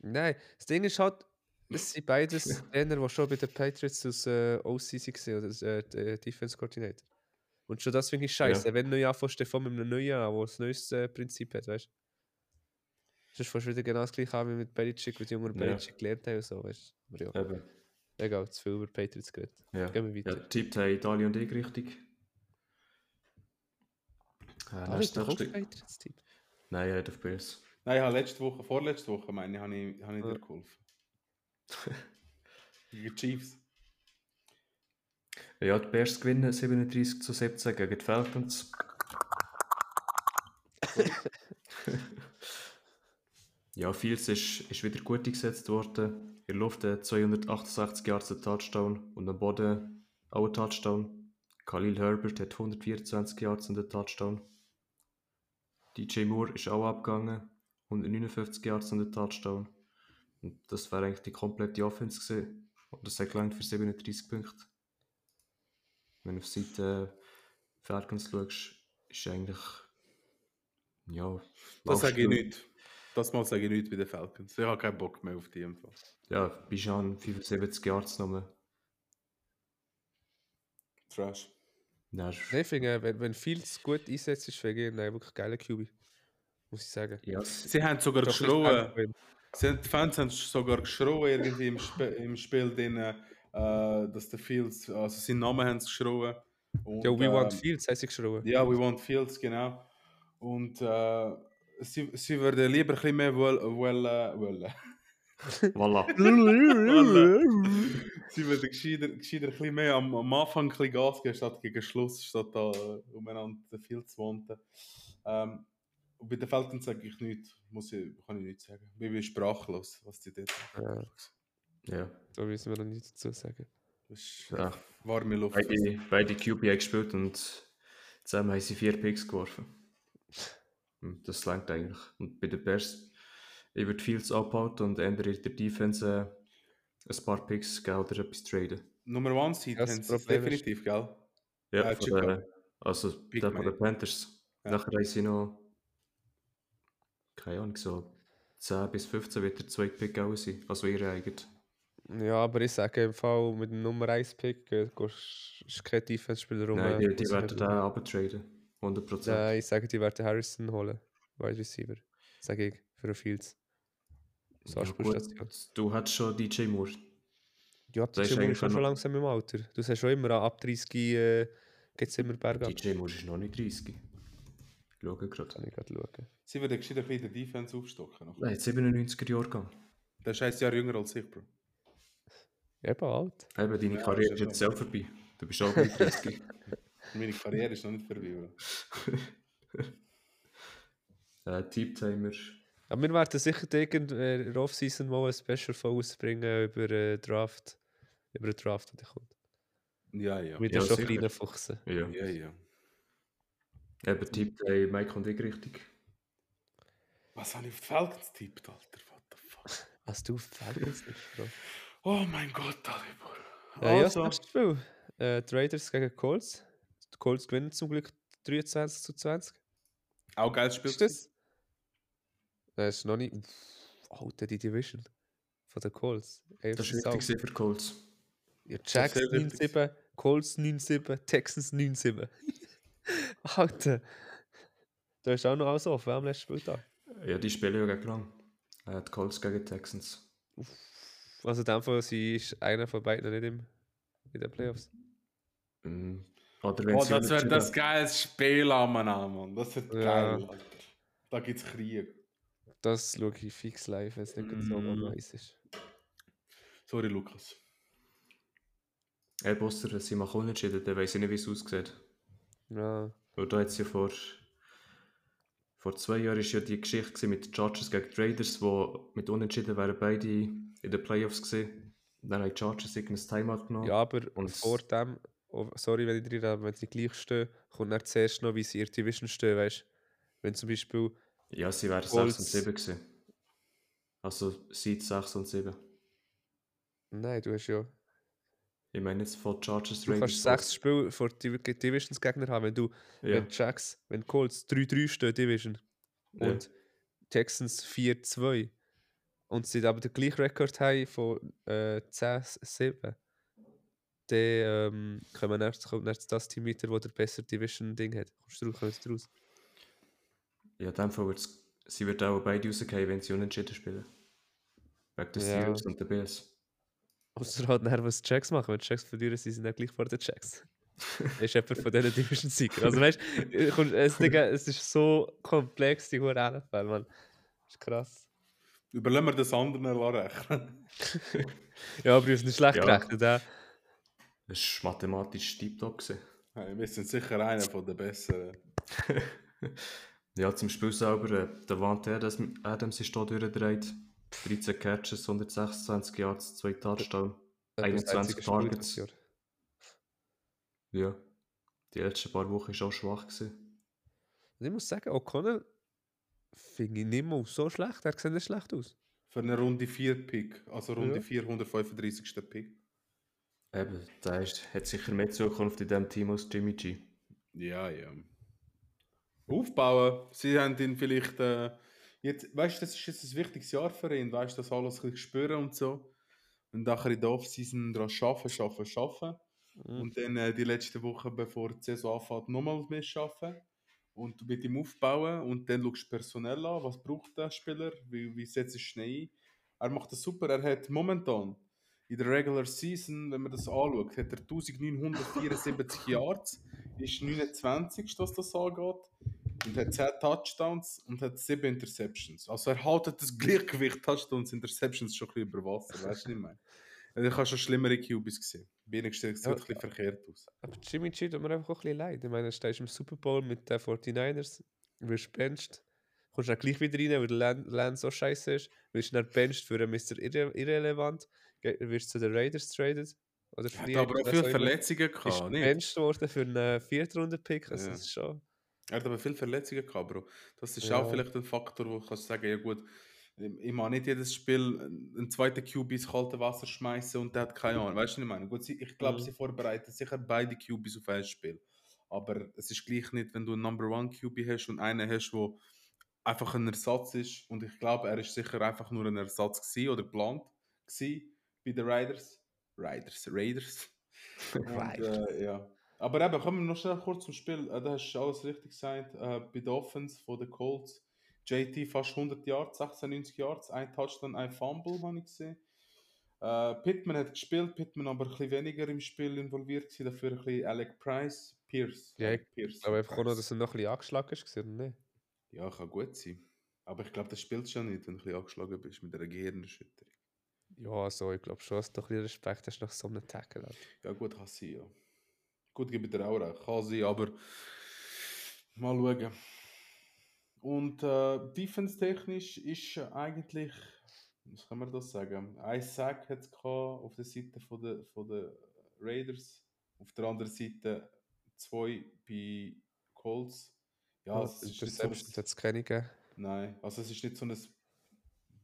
Speaker 2: Nein, das Ding ist halt, es sind beides Trainer, die schon bei den Patriots aus äh, OCC waren, oder äh, d- äh, Defense Coordinator. Und schon das finde ich scheiße. Wenn du neu anfängst, dann fang mit einem neuen an, der das neueste äh, Prinzip hat, weißt du? Sonst fängst du wieder genau das gleiche an wie mit Belichick, wie die jungen
Speaker 3: Ja.
Speaker 2: Belichick gelernt haben und so, weißt du? Aber ja,
Speaker 3: Eben.
Speaker 2: egal, zu viel über die Patriots geredet.
Speaker 3: Ja.
Speaker 2: Gehen wir
Speaker 3: Ja,
Speaker 2: weiter.
Speaker 3: tippt haben Italien und ich richtig. Äh,
Speaker 2: Ah,
Speaker 3: nächstes
Speaker 2: du kommst
Speaker 3: Stück.
Speaker 2: Patriots-Typ.
Speaker 3: Nein, er hat auf Bills.
Speaker 1: Nein, ich habe letzte Woche, vorletzte Woche, meine ich, habe ich, habe ich
Speaker 2: Ja.
Speaker 1: dir geholfen. Gegen die Chiefs.
Speaker 3: Ja, die Bears gewinnen 37 zu 17 gegen die Falcons. ja, Fields ist, ist wieder gut eingesetzt worden. In der Luft hat 268 Yards einen Touchdown und am Boden auch einen Touchdown. Khalil Herbert hat 124 Yards und einen Touchdown. DJ Moore ist auch abgegangen. 159 Yards und einen Touchdown. Und das wäre eigentlich die komplette Offense gewesen. Und das hat gelangt für 37 Punkte. Wenn du auf Seite äh, Falcons schaust, ist eigentlich. Ja,
Speaker 1: Das
Speaker 3: laufst
Speaker 1: sage ich
Speaker 3: du-
Speaker 1: nicht. Das mal sage ich nicht bei den Falcons. Ich habe keinen Bock mehr auf die im Fall.
Speaker 3: Ja, bist an 75 Yards genommen.
Speaker 1: Trash.
Speaker 3: Nein, ist-
Speaker 2: Nein, ich finde, wenn, wenn Fields gut einsetzt, ist wegen ihm nein, wirklich geiler QB. Muss ich sagen.
Speaker 3: ja, es-
Speaker 1: Sie haben sogar
Speaker 2: Doch, ich
Speaker 1: geschrien.
Speaker 2: danke ihm.
Speaker 1: Sie haben, die Fans haben sogar geschrien irgendwie im, Sp im Spiel, drin, äh, dass der Fields, also seinen Namen haben sie geschrien. Und,
Speaker 2: Ja, we want
Speaker 1: ähm,
Speaker 2: Fields, heißt ich geschrieben.
Speaker 1: Ja, we want Fields, genau. Und äh, sie, sie würden lieber ein bisschen mehr wollen. wollen, wollen.
Speaker 3: voilà.
Speaker 1: sie würden gescheiter, gescheiter ein bisschen mehr am, am Anfang ein bisschen Gas geben, statt gegen Schluss, statt da äh, umeinander den Fields zu wanten. Ähm, und bei den Falcons sage ich nichts, muss ich, kann ich nichts sagen. Ich bin sprachlos, was die dort
Speaker 2: Ja.
Speaker 3: Ja,
Speaker 2: Da müssen wir noch nichts dazu sagen.
Speaker 1: Das ist
Speaker 3: ja.
Speaker 1: warme Luft.
Speaker 3: Beide, beide QB haben gespielt und zusammen haben sie vier Picks geworfen. Und Das langt eigentlich. Und bei den Bears über die Fields abhalten und ändert in der Defense äh, ein paar Picks gell, oder etwas traden.
Speaker 1: Nummer one Seed
Speaker 2: Ja, das
Speaker 1: haben sie es
Speaker 2: Problem ist-
Speaker 1: definitiv, gell?
Speaker 3: Ja,
Speaker 1: Ah,
Speaker 3: von
Speaker 1: Chicago.
Speaker 3: der, also
Speaker 1: Big
Speaker 3: der von den
Speaker 1: Mike.
Speaker 3: Panthers.
Speaker 1: Ja.
Speaker 3: Nachher haben sie noch, keine Ahnung, so 10 bis 15 wird der zweite Pick auch sein. Also ihre eigene.
Speaker 2: Ja, aber ich sage im Fall mit dem Nummer 1 Pick äh, gehst- ist kein Defense-Spieler rum.
Speaker 3: Nein,
Speaker 2: äh,
Speaker 3: die, die
Speaker 2: muss
Speaker 1: halt
Speaker 3: werden
Speaker 2: man-
Speaker 3: den runtertraden. 100%.
Speaker 2: Nein, ich sage, die werden Harrison holen. Wide Receiver. Sage ich, für den Fields. So
Speaker 3: Ja,
Speaker 2: als
Speaker 3: gut,
Speaker 2: Station.
Speaker 3: Du hast schon DJ Moore.
Speaker 2: Ja, die
Speaker 3: ist
Speaker 2: Jimmy
Speaker 3: eigentlich
Speaker 2: ist schon,
Speaker 3: noch-
Speaker 2: schon langsam im Alter. Du sagst schon immer, ab 30 äh, geht es immer bergab. Ich
Speaker 3: DJ Moore ist noch nicht 30. Schau gerade.
Speaker 2: kann ich gerade schauen.
Speaker 1: Sie würden gescheiter ein bisschen die Defense aufstocken. noch.
Speaker 3: Nein, 97er Jahrgang.
Speaker 1: Der ist ein Jahr jünger als ich, Bro.
Speaker 2: Eben alt.
Speaker 3: Eben, deine
Speaker 1: Ja,
Speaker 3: Karriere
Speaker 1: ist
Speaker 3: ist
Speaker 1: ja
Speaker 3: jetzt selber vorbei. Du bist auch nicht 30.
Speaker 1: Meine Karriere ist noch nicht vorbei, Bro.
Speaker 3: äh, Tipptimer.
Speaker 2: Aber wir werden sicher irgend äh, in der Offseason mal ein Special Fall ausbringen über äh, Draft. Über den Draft, der kommt.
Speaker 1: Ja, ja.
Speaker 2: Mit
Speaker 3: Ja,
Speaker 2: ja, schon
Speaker 3: sicher.
Speaker 2: kleinen Fuchsen.
Speaker 3: Ja.
Speaker 1: Ja, ja.
Speaker 3: Eben, Tipptime, Mike und ich richtig.
Speaker 1: Was habe ich auf die Falcons getippt, Alter? What the fuck?
Speaker 2: Hast du Falcons nicht, Bro?
Speaker 1: Oh mein Gott, Alibor.
Speaker 2: Äh, ja, das
Speaker 1: also,
Speaker 2: nächste Spiel. Äh, die Raiders gegen Colts. Die Colts gewinnen zum Glück 23 zu 20.
Speaker 1: auch geiles Spiel.
Speaker 2: Ist das? Nein, ist noch nicht. Uff, Alter, die Division von den Colts. AFC
Speaker 3: Das
Speaker 2: South.
Speaker 3: war richtig für die Colts.
Speaker 2: Ja, Jacks
Speaker 1: sehr wichtig.
Speaker 2: 9-7, Colts 9-7, Texans 9-7. Alter. Da ist auch noch alles offen am letzten Spieltag.
Speaker 3: Ja, die spielen ja gegen lang. Äh, die Colts gegen die Texans.
Speaker 2: Also in dem Fall sie ist einer von beiden nicht im, in den Playoffs.
Speaker 3: Mhm. Oder wenn
Speaker 1: Oh,
Speaker 3: sie
Speaker 1: das wird
Speaker 3: unentschieden-
Speaker 1: das geiles Spiel am Mann. Das wird
Speaker 2: Ja.
Speaker 1: geil, Alter. Da gibt es Krieg.
Speaker 2: Das schaue ich fix live, wenn es nicht mm. so
Speaker 3: Mm.
Speaker 2: nice ist.
Speaker 1: Sorry, Lukas.
Speaker 3: Ey, Buster, sie machen unentschieden, dann weiss ich nicht, wie es aussieht.
Speaker 2: Ja.
Speaker 3: Weil da jetzt ja vor, vor zwei Jahren ist ja die Geschichte gewesen mit den Chargers gegen die Raiders, wo mit Unentschieden wären beide in den Playoffs gewesen. Dann haben die Chargers irgendein Timeout genommen.
Speaker 2: Ja, aber
Speaker 3: Und-
Speaker 2: vor dem, oh, sorry, wenn ich drin aber wenn sie gleich stehen, kommt dann zuerst noch, wie sie ihre Division stehen, weißt du? Wenn zum Beispiel,
Speaker 3: ja sie wären
Speaker 2: Colts.
Speaker 3: 6 und 7 gewesen. Also Seed 6 und 7.
Speaker 2: nein, du hast ja,
Speaker 3: Ich meine jetzt von Chargers
Speaker 2: du kannst
Speaker 3: Raiders.
Speaker 2: sechs Spiele vor Div Divisionsgegner haben, wenn du,
Speaker 3: Ja,
Speaker 2: wenn Jacks, wenn Colts 3-3 stehen, Division,
Speaker 3: Ja.
Speaker 2: und Texans 4-2, und sie aber den gleichen Rekord haben von äh, 10-7, dann ähm, kommen dann- kommt dann das Team weiter, das der bessere Division-Ding hat. Kommst du raus, kommst du raus.
Speaker 3: ja in dem Fall wird's, sie wird auch beide rausgehen, wenn sie Unentschieden spielen. Wegen der
Speaker 2: Ja.
Speaker 3: Seahawks und der Bills.
Speaker 2: Außer halt nachher, was die Checks machen. Wenn die Checks verlieren, sind sie dann gleich vor den Checks. Das ist jemand von diesen Division Sieger. Also weißt du, es, Digga, es ist so komplex, die hohe NFL, Mann. Das ist krass.
Speaker 1: Überlegen wir das anderen rechnen.
Speaker 2: Ja, aber wir sind nicht schlecht
Speaker 3: Ja.
Speaker 2: gerechnet, ja.
Speaker 3: Es war mathematisch tiptop. gewesen.
Speaker 1: Hey, wir sind sicher einer von den Besseren.
Speaker 3: Ja, zum Spiel selber, äh, der Wand Adams, Adams ist hier durchgedreht. 13 Catches, 126 Yards, 2 Touchdowns.
Speaker 2: Das ist das
Speaker 3: 21
Speaker 2: einzige Spiel
Speaker 3: Targets.
Speaker 2: dieses Jahr.
Speaker 3: Ja. Die letzten paar Wochen war auch schwach. Gewesen.
Speaker 2: Und Also ich muss sagen, O'Connell finde ich nicht mal so schlecht. Er sieht nicht schlecht aus.
Speaker 1: Für eine Runde 4 Pick, also Runde
Speaker 2: Ja.
Speaker 1: 435. Pick.
Speaker 3: Eben, der ist, hat sicher mehr Zukunft in diesem Team als Jimmy G.
Speaker 1: Ja, ja. Aufbauen. Sie haben ihn vielleicht. Äh, jetzt, weißt du, das ist jetzt ein wichtiges Jahr für ihn. Weißt du, das alles ein bisschen spüren und so. Und nachher in der Offseason daran arbeiten, arbeiten, arbeiten.
Speaker 2: Mhm.
Speaker 1: Und dann äh, die letzten Wochen, bevor die Saison anfängt, nochmal mehr arbeiten. Und du mit ihm aufbauen und dann schaust du personell an, was braucht der Spieler, wie, wie setzt es schnell ein. Er macht das super, er hat momentan in der Regular Season, wenn man das anschaut, hat er 1974 Yards, ist 29, was das angeht, und hat 10 Touchdowns und hat 7 Interceptions. Also er hält das Gleichgewicht Touchdowns Interceptions schon ein bisschen über Wasser, weißt du nicht mehr. Also ich habe schon schlimmere QBs gesehen. Wenigstens sieht es ein bisschen verkehrt aus.
Speaker 2: Aber Jimmy G tut mir einfach auch ein bisschen leid. Ich meine, du stehst im Super Bowl mit den 49ers, wirst benched, kommst dann gleich wieder rein, weil der Lan- Lance so scheiße ist, wirst dann benched für einen Mr. Irre irrelevant, ge- wirst zu den Raiders traded. Oder
Speaker 1: Er
Speaker 2: free
Speaker 1: hat aber
Speaker 2: agent,
Speaker 1: auch
Speaker 2: was
Speaker 1: viele
Speaker 2: immer.
Speaker 1: Verletzungen
Speaker 2: Ist
Speaker 1: gehabt, nicht?
Speaker 2: benched worden für einen Viertrunden-Pick. Also
Speaker 1: Ja.
Speaker 2: das ist schon...
Speaker 1: Er hat aber viele Verletzungen gehabt, Bro. Das ist
Speaker 2: Ja.
Speaker 1: auch vielleicht ein Faktor, wo du kannst sagen, ja gut, ich ich mag nicht jedes Spiel äh, einen zweiten QB ins kalte Wasser schmeißen und der hat keine Ahnung. Weißt du, was ich meine? Gut, sie- ich glaube,
Speaker 2: Mhm.
Speaker 1: sie vorbereiten sicher beide QBs auf ein Spiel. Aber es ist gleich nicht, wenn du einen Number One QB hast und einen hast, wo einfach ein Ersatz ist. Und ich glaube, er ist sicher einfach nur ein Ersatz gewesen oder geplant gewesen bei den Riders. Riders, Raiders. Und, äh, ja. Aber eben, kommen wir noch schnell kurz zum Spiel. Äh, da hast du alles richtig gesagt. Äh, bei den Offense von den Colts, JT fast 100 Yards, 96 Yards, ein Touchdown, ein Fumble, habe ich gesehen. Äh, Pittman hat gespielt, Pittman aber ein bisschen weniger im Spiel involviert gewesen, dafür ein bisschen Alec Price, Pierce.
Speaker 2: Ja,
Speaker 1: Alec Pierce.
Speaker 2: Aber einfach auch noch,
Speaker 1: Price.
Speaker 2: dass er noch ein bisschen angeschlagen ist, oder nicht?
Speaker 1: Ja, kann gut sein. Aber ich glaube, das spielt schon nicht, wenn du ein bisschen angeschlagen bist mit einer Gehirnerschütterung.
Speaker 2: Ja, so, ich glaube schon, dass du ein bisschen Respekt hast nach so einem Tackle. Alter.
Speaker 1: Ja, gut, kann sein, ja. Gut, gebe ich dir auch recht. Kann sein, aber mal schauen. Und äh, defense-technisch ist äh, eigentlich, was kann man das sagen? Ein Sack hat es auf der Seite von der, von der Raiders, auf der anderen Seite zwei bei Colts. Ja,
Speaker 2: Ja,
Speaker 1: es ist nicht so-
Speaker 2: Interceptions hat es keine gegeben.
Speaker 1: Nein, also es ist nicht so ein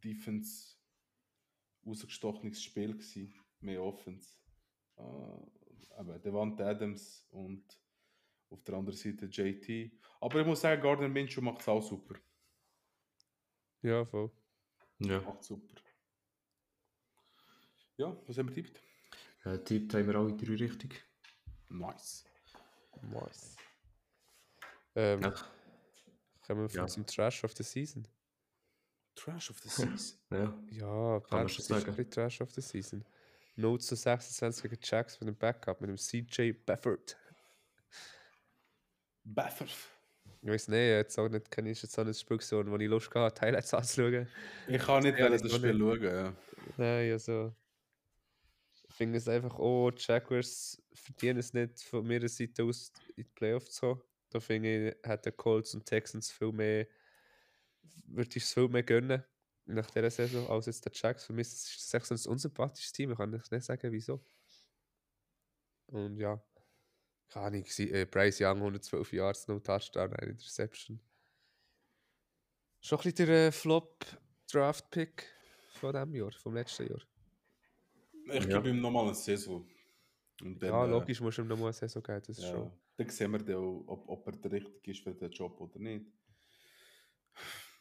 Speaker 1: Defense rausgestochenes Spiel gewesen, mehr Offense. Äh, aber Devante Adams und auf der anderen Seite JT. Aber ich muss sagen, Gardner Minshew macht es auch super.
Speaker 2: Ja, voll.
Speaker 3: Ja.
Speaker 1: Macht super. Ja, was haben wir tippt?
Speaker 3: Äh, Tippt haben wir alle drei richtig.
Speaker 1: Nice.
Speaker 2: Nice. Ähm,
Speaker 3: Ja.
Speaker 2: Kommen wir von
Speaker 3: Ja.
Speaker 2: zum Trash of the Season.
Speaker 1: Trash of the Seas.
Speaker 3: ja.
Speaker 2: Ja,
Speaker 3: man
Speaker 2: Panthers
Speaker 3: schon
Speaker 2: ist ein
Speaker 3: sagen.
Speaker 2: bisschen Trash of the Season. Notes zu 26 gegen Jacks mit dem Backup, mit dem CJ Baffert.
Speaker 1: Baffer.
Speaker 2: Ich weiß nicht, jetzt auch nicht, kenne ich jetzt auch nicht das Spiel gesehen, wo ich Lust hatte, Highlights anzuschauen.
Speaker 1: Ich kann nicht
Speaker 2: Ja,
Speaker 1: ja, das
Speaker 2: das
Speaker 1: Spiel
Speaker 2: kann
Speaker 1: schauen. Ja.
Speaker 2: Nein, also. Ich finde es einfach, oh, die Jaguars verdienen es nicht von meiner Seite aus in die Playoffs zu kommen. Da finde ich, hat der Colts und Texans viel mehr, würde ich es viel mehr gönnen nach dieser Saison als jetzt der Jacks. Für mich ist es Texans ein unsympathisches Team, ich kann nicht nicht sagen, wieso. Und ja, keine Ahnung, sie- äh, Bryce Young 112 Yards, no Touchdown, eine Interception. Schon ein bisschen der äh, Flop-Draft-Pick von diesem Jahr, vom letzten Jahr.
Speaker 1: Ich
Speaker 3: Ja.
Speaker 1: gebe ihm nochmal eine Saison. Und dann,
Speaker 2: Ja,
Speaker 1: äh,
Speaker 2: logisch musst du ihm nochmal eine Saison geben, das ist
Speaker 1: Ja.
Speaker 2: schon.
Speaker 1: Dann sehen wir dann auch, ob, ob er der Richtige ist für den Job oder nicht.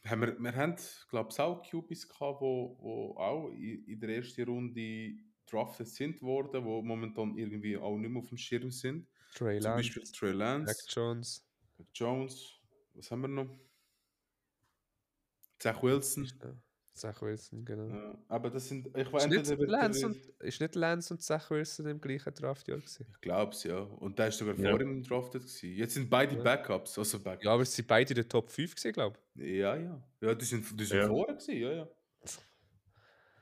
Speaker 1: Haben wir, wir haben, glaube ich, auch QBs gehabt, wo, wo auch in, in der ersten Runde drafted sind worden, wo momentan irgendwie auch nicht mehr auf dem Schirm sind.
Speaker 2: Trey
Speaker 1: Zum
Speaker 2: Lance,
Speaker 1: Beispiel Trey
Speaker 2: Mac
Speaker 1: Lance,
Speaker 2: Jones.
Speaker 1: Mac Jones, was haben wir noch? Zach Wilson.
Speaker 2: Ja, Zach Wilson, genau.
Speaker 1: Ja, aber das sind, ich
Speaker 2: Ist
Speaker 1: weiß
Speaker 2: nicht,
Speaker 1: wird der-
Speaker 2: Lance und, ist nicht Lance und Zach Wilson im gleichen Draftjahr gewesen?
Speaker 1: Ich glaube es, ja. Und der ist sogar
Speaker 3: Ja.
Speaker 1: vor ihm drafted gewesen. Jetzt sind beide
Speaker 2: Ja.
Speaker 1: Backups, also Backups.
Speaker 2: Ja, aber sie sind beide in der Top 5 gewesen, glaube
Speaker 1: Ja, ja. Ja, die sind, die sind
Speaker 3: Ja.
Speaker 1: vorher gewesen, ja, ja.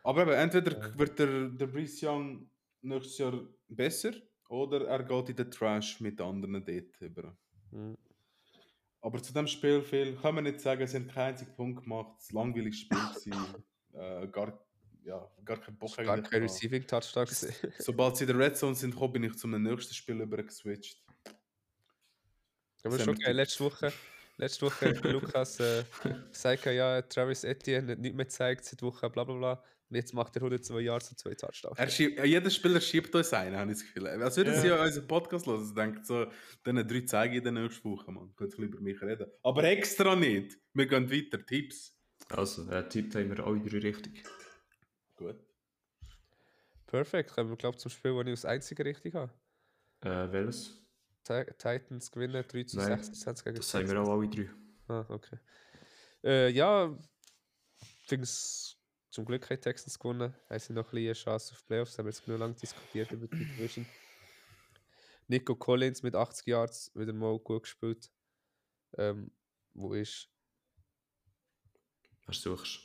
Speaker 1: Aber eben, entweder wird der, der Breeze Young nächstes Jahr besser oder er geht in den Trash mit anderen dort über.
Speaker 2: ich. Mhm.
Speaker 1: Aber zu dem Spiel viel kann man nicht sagen, sie haben keinen einzigen Punkt gemacht. Es war ein langweiliges Spiel. gewesen. äh, gar, ja, gar kein Bock
Speaker 2: Gar
Speaker 1: eigentlich
Speaker 2: kein
Speaker 1: gehabt.
Speaker 2: Receiving Touchdown gewesen.
Speaker 1: Sobald sie in der Red Zone sind, gekommen, bin ich zum nächsten Spiel übergeswitcht.
Speaker 2: Aber
Speaker 1: Das
Speaker 2: schon
Speaker 1: haben wir
Speaker 2: geil. Letzte Woche, letzte Woche hat der Lukas äh, gesagt, ja, Travis Etienne hat nichts mehr gezeigt seit Woche, bla bla bla. Und jetzt macht er 102 Jahre so zwei Touchdowns.
Speaker 1: Er schiebt, jeder Spieler schiebt uns einen, habe ich das Gefühl. Als würden sie ja unseren Podcast hören. Sie denken so, diesen drei zeige ich in der nächsten Woche, man. Könnt ihr über mich reden. Aber extra nicht. Wir gehen weiter. Tipps.
Speaker 3: Also, äh, Tipp haben wir alle drei richtig.
Speaker 1: Gut.
Speaker 2: Perfekt. Kommen wir, glaube ich, zum Spiel, wo ich das einzige richtig habe.
Speaker 3: Äh, welches?
Speaker 2: Ti- Titans gewinnen 3 zu
Speaker 3: Nein,
Speaker 2: 26 gegen
Speaker 3: Das haben wir auch alle drei.
Speaker 2: Ah, okay. Äh, ja, Dings, zum Glück haben die Texans gewonnen. Haben sie noch ein bisschen eine Chance auf die Playoffs, haben wir jetzt genug lang diskutiert über die Division. Nico Collins mit 80 Yards wieder mal gut gespielt. Ähm, wo ist
Speaker 3: Was suchst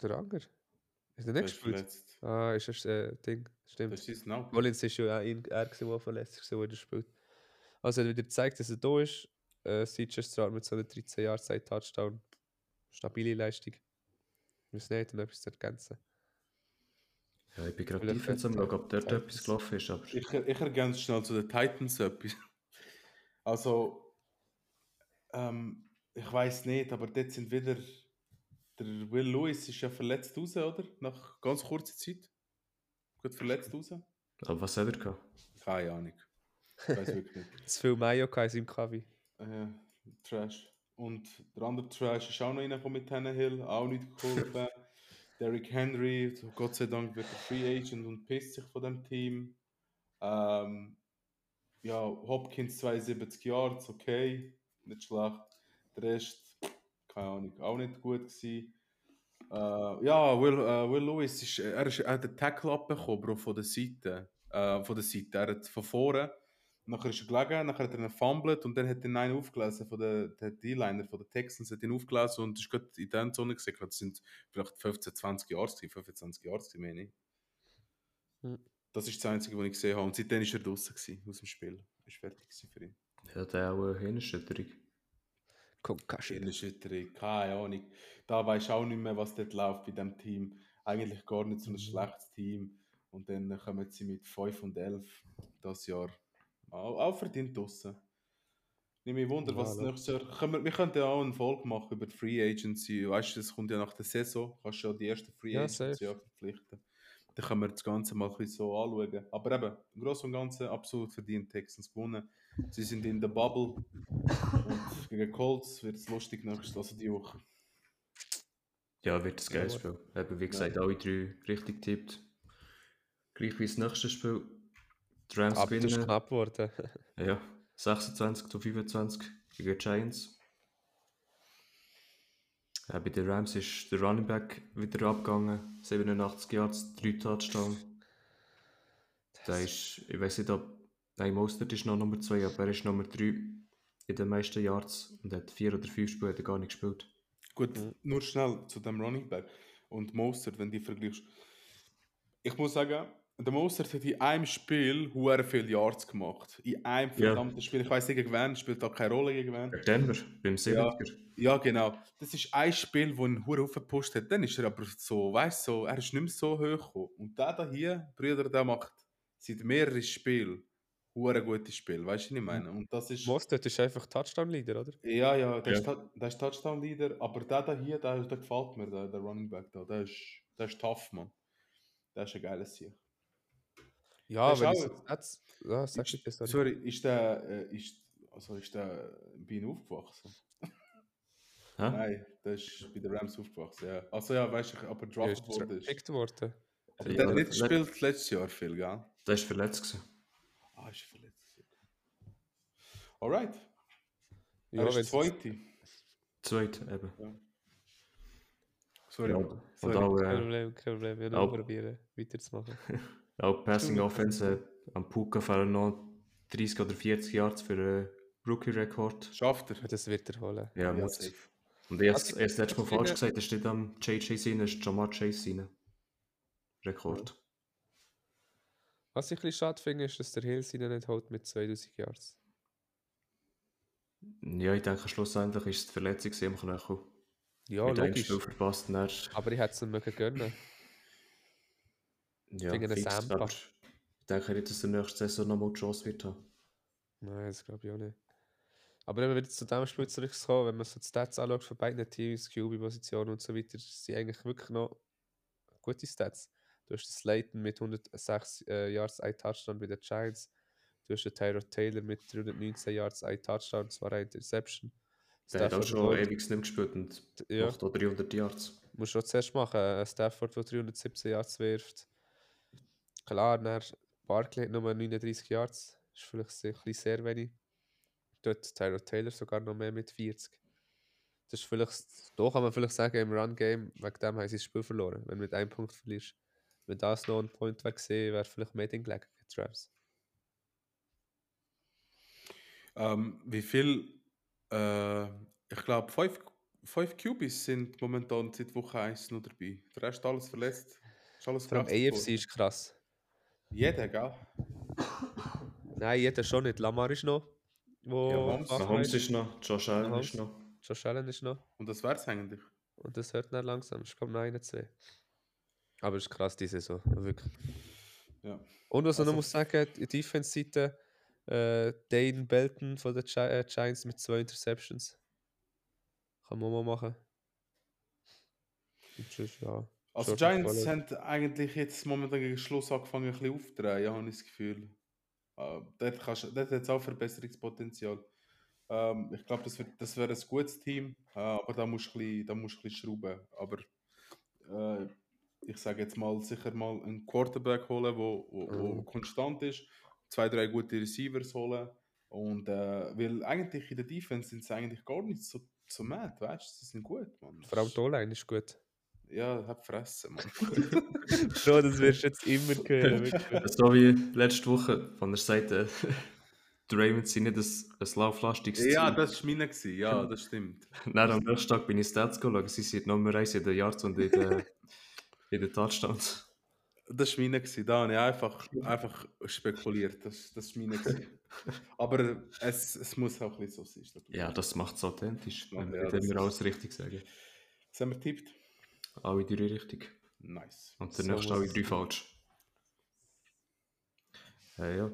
Speaker 2: der Anger? Ist
Speaker 1: Du
Speaker 2: er nicht
Speaker 1: bist
Speaker 2: gespielt?
Speaker 1: verletzt.
Speaker 2: Ah, ist das äh, Ding. Stimmt.
Speaker 1: Das ist genau.
Speaker 2: Collins ist ja auch ihn, er, gewesen, der verletzt war, der gespielt Also er hat wieder gezeigt, dass er da ist. Äh, CJ Stroud mit so einer 13 Jahren seit Touchdown. Stabile Leistung. Wir müssen nicht noch etwas zu ergänzen.
Speaker 3: du? Ja, ich bin gerade
Speaker 2: Vielleicht
Speaker 3: tief jetzt am
Speaker 2: jetzt,
Speaker 3: Schauen, ob dort
Speaker 2: äh,
Speaker 3: etwas gelaufen ist, aber...
Speaker 1: Ich, ich ergänze schnell zu den Titans etwas. Also, ähm, ich weiß nicht, aber dort sind wieder. Der Will Lewis ist ja verletzt raus, oder? Nach ganz kurzer Zeit. Gut verletzt raus?
Speaker 3: Aber was hat er gehabt?
Speaker 1: Keine Ahnung. Ich weiß wirklich nicht.
Speaker 2: Zu viel Mayo in seinem Kavi.
Speaker 1: Äh, Trash. Und der andere Trash ist auch noch reingekommen mit Tannehill, auch nicht geholfen. Derrick Henry, so Gott sei Dank wird er Free Agent und pisst sich von dem Team. Ähm, ja, Hopkins 72 Yards, okay, nicht schlecht. Der Rest, keine Ahnung, auch nicht gut gewesen. Äh, ja, Will, äh, Will Lewis, ist, er, ist, er hat einen Tackle abbekommen, Bro, von der Seite. Äh, von der Seite, er hat von vorne. Nachher ist er gelegen, nachher hat er ihn fumbled und dann hat er einen aufgelesen von der, der D-Liner, von den Texans, hat ihn aufgelesen und ist gerade in der Zone gesehen. Das sind vielleicht 15, 20 Jahre, gewesen, 25 Jahre, gewesen, meine ich.
Speaker 2: Hm.
Speaker 1: Das ist das Einzige, was ich gesehen habe. Und seitdem war er draußen aus dem Spiel. Ist fertig gewesen für ihn.
Speaker 3: Ja, der auch eine Hirnerschütterung.
Speaker 2: Concussion.
Speaker 1: Hirnerschütterung, keine Ahnung. Da weiß auch nicht mehr, was dort läuft bei dem Team. Eigentlich gar nicht so ein schlechtes Team. Und dann kommen sie mit 5 und 11 das Jahr auch, auch verdient draussen. Nimm mich wunder,
Speaker 2: Ja,
Speaker 1: was
Speaker 2: ja.
Speaker 1: nächstes Jahr. Können wir, wir könnten ja auch eine Folge machen über die Free Agency. Weißt du, das kommt ja nach der Saison. Kannst du ja die ersten Free
Speaker 2: Ja,
Speaker 1: Agents
Speaker 2: safe.
Speaker 1: ja verpflichten. Dann können wir das Ganze mal ein bisschen so anschauen. Aber eben, im Großen und Ganzen absolut verdient Texans gewonnen. Sie sind in der Bubble. Und gegen Colts wird es lustig nächstes, also die Woche.
Speaker 3: Ja, wird ein geiles Spiel. Eben, wie gesagt, alle drei richtig tippt. Gleich wie das nächste Spiel. Die Rams
Speaker 2: Aber das ist
Speaker 3: gewinnen.
Speaker 2: knapp geworden.
Speaker 3: Ja, 26 zu 25 gegen die Giants. Äh, bei den Rams ist der Running Back wieder abgegangen. 87 Yards, 3 Touchdowns. Da ist, ich weiß nicht, ob. Nein, Mostert ist noch Nummer 2, aber er ist Nummer 3 in den meisten Yards und hat 4 oder 5 Spiele hat er gar nicht gespielt.
Speaker 1: Gut, nur schnell zu dem Running Back und Mostert, wenn du die vergleichst. Ich muss sagen, der Mostert hat in einem Spiel huere viele Yards gemacht. In einem
Speaker 3: Ja.
Speaker 1: verdammten Spiel. Ich weiß nicht gegen wen, spielt da keine Rolle gegen wen.
Speaker 3: Bei Denver, beim 70er.
Speaker 1: Ja, genau. Das ist ein Spiel, wo ihn huere gepusht hat. Dann ist er aber so, weißt du, so, er ist nicht mehr so hoch gekommen. Und der da hier, Brüder, der macht seit mehreren Spielen huere gutes Spiel. Weißt du, was ich meine? Und das ist.
Speaker 2: Mostert ist einfach Touchdown-Leader, oder?
Speaker 1: Ja, ja, der
Speaker 3: Ja.
Speaker 1: ist, Tou- der ist Touchdown-Leader, aber der da hier, der, der gefällt mir, der, der Running Back da, der ist, der ist tough, man. Der ist ein geiles Sieg.
Speaker 2: Ja,
Speaker 1: Das
Speaker 2: wenn
Speaker 1: ist
Speaker 2: ich jetzt... Ja, sag ich das
Speaker 1: Ist,
Speaker 2: sorry.
Speaker 1: sorry, ist der, äh, ist, also ist der bei ihm aufgewachsen?
Speaker 2: Ah.
Speaker 3: Hä?
Speaker 1: Nein, der ist bei den Rams aufgewachsen, ja. Also ja, weißt du, aber
Speaker 2: Ja,
Speaker 1: draft
Speaker 2: ist
Speaker 1: worden ist.
Speaker 2: gepickt worden.
Speaker 1: Aber der
Speaker 3: Ja,
Speaker 1: hat nicht
Speaker 3: le-
Speaker 1: gespielt letztes Jahr viel, gell?
Speaker 3: Der ist verletzt. Gewesen.
Speaker 1: Ah, ist verletzt. Alright,
Speaker 2: Ja,
Speaker 1: er ist
Speaker 2: wenn
Speaker 1: der
Speaker 2: es-
Speaker 1: Zweite.
Speaker 3: Zweit eben.
Speaker 1: Sorry,
Speaker 3: Ja,
Speaker 1: Mann.
Speaker 3: Und
Speaker 1: sorry.
Speaker 3: auch,
Speaker 2: Kein
Speaker 3: äh,
Speaker 2: Problem, kein Problem. Wir
Speaker 3: Auch-
Speaker 2: nur probieren, weiterzumachen.
Speaker 3: auch die Passing Offense äh, am Puka fehlen noch 30 oder 40 Yards für einen Rookie-Rekord.
Speaker 1: Schafft er.
Speaker 2: Aber Das wird er holen.
Speaker 3: Ja,
Speaker 1: Ja,
Speaker 3: muss.
Speaker 1: safe.
Speaker 3: Und ich habe es
Speaker 2: Was-
Speaker 3: letztes Mal
Speaker 2: was
Speaker 3: falsch
Speaker 2: für-
Speaker 3: gesagt, es steht am JJ Sine, es ist Jamar Chase Sine. Rekord.
Speaker 2: Was ich ein bisschen schade finde, ist, dass der Hill seinen nicht holt mit 2000 Yards.
Speaker 3: Ja, ich denke, schlussendlich ist es die Verletzung gewesen am Knöchel.
Speaker 2: Ja,
Speaker 3: mit einem
Speaker 2: logisch.
Speaker 3: Spiel verpasst, dann
Speaker 2: Aber ich hätte es ihm mögen gönnen.
Speaker 3: ja,
Speaker 2: Wegen einer
Speaker 3: fix,
Speaker 2: Sampa.
Speaker 3: aber Ich denke nicht, dass der nächste Saison nochmal die Chance wird haben.
Speaker 2: Nein, das glaube ich auch nicht. Aber wenn wir jetzt zu dem Spiel zurückkommen, wenn man so die Stats anschaut von beiden Teams, QB-Position und so weiter, sind eigentlich wirklich noch gute Stats. Du hast den Slayton mit 106 äh, Yards, ein Touchdown bei den Giants. Du hast den Tyrod Taylor mit 319 Yards, ein Touchdown, zwar eine Interception.
Speaker 3: Der hat auch
Speaker 2: Stafford,
Speaker 3: schon
Speaker 2: der-
Speaker 3: ewig nicht mehr gespielt und
Speaker 2: ja,
Speaker 3: macht auch 300 Yards.
Speaker 2: musst du auch zuerst machen. Ein Stafford, der 317 Yards wirft. Klar, dann Barkley hat nur 39 Yards. Ist vielleicht sehr- ein bisschen sehr wenig. Dort Tyrod Taylor sogar noch mehr mit 40. Das ist vielleicht, da kann man vielleicht sagen, im Run-Game, wegen dem haben sie das Spiel verloren, wenn du mit einem Punkt verlierst. Wenn das noch ein Point wäre, gewesen, wäre vielleicht mehr drin gelegen gegen die Rams.
Speaker 1: Ähm, wie viel? Äh, ich glaube, fünf, fünf Cubis sind momentan seit Woche 1 noch dabei. Der Rest alles verletzt. Ist alles
Speaker 2: Vor allem
Speaker 1: verletzt
Speaker 2: AFC
Speaker 1: worden.
Speaker 2: ist krass.
Speaker 1: Jeder, gell?
Speaker 2: Nein, jeder schon nicht. Lamar ist noch. Wo
Speaker 1: Ja, Mahomes-
Speaker 2: wach
Speaker 3: Mahomes
Speaker 2: wird.
Speaker 3: ist noch, Josh Allen
Speaker 2: Oh, Mahomes.
Speaker 3: ist noch.
Speaker 2: Josh Allen ist noch.
Speaker 1: Und das wär's eigentlich.
Speaker 2: Und das hört dann langsam. Ich glaube, noch eine, zwei. Aber es ist krass, diese Saison. Wirklich.
Speaker 1: Ja.
Speaker 2: Und was ich
Speaker 1: Also-
Speaker 2: noch muss sagen, die Defense-Seite, äh, Dane Belton von den Gi äh, Giants mit zwei Interceptions. Kann man mal machen. Und Tschüss, ja.
Speaker 1: Also die
Speaker 2: Jordan
Speaker 1: Giants
Speaker 2: Pollard.
Speaker 1: haben eigentlich jetzt momentan gegen Schluss angefangen, ein bisschen aufzudrehen, ja, habe ich das Gefühl. Äh, dort kannst- dort hat es auch Verbesserungspotenzial. Ähm, ich glaube, das, wird- das wäre ein gutes Team, äh, aber da musst du ein bisschen, da musst du ein bisschen schrauben. Aber äh, ich sage jetzt mal, sicher mal einen Quarterback holen, der wo, wo, wo
Speaker 2: Mhm.
Speaker 1: konstant ist, zwei, drei gute Receivers holen. Und äh, weil eigentlich in der Defense sind sie eigentlich gar nicht so, so mad, weißt du? Sie sind gut, Mann.
Speaker 2: Vor allem die O-Line ist gut.
Speaker 1: Ja, hab fressen, Mann.
Speaker 2: Bro, das wirst du jetzt immer hören. wirklich.
Speaker 3: So wie letzte Woche, von der Seite, die Ravens sind nicht ein, ein lauflastiges
Speaker 1: Ja,
Speaker 3: Team.
Speaker 1: das war meine, gewesen. ja, das stimmt.
Speaker 3: Dann am nächsten Tag bin ich Stats geschaut, sie sind Nummer 1 in den Yards und in den, in den Touchdowns.
Speaker 1: Das war meine, gewesen. da habe ich einfach, einfach spekuliert, das, das war meine. gewesen. Aber es, es muss auch ein bisschen so sein. ist doch klar.
Speaker 3: Ja, das macht es authentisch,
Speaker 1: Ja,
Speaker 3: wenn
Speaker 1: ja,
Speaker 3: wenn
Speaker 1: das
Speaker 3: wir
Speaker 1: ist-
Speaker 3: alles richtig sagen.
Speaker 1: Was haben wir getippt?
Speaker 3: Alle drei richtig.
Speaker 1: Nice.
Speaker 3: Und der
Speaker 2: So
Speaker 3: nächste
Speaker 2: muss
Speaker 3: alle
Speaker 2: es
Speaker 3: drei falsch. Ja, ja.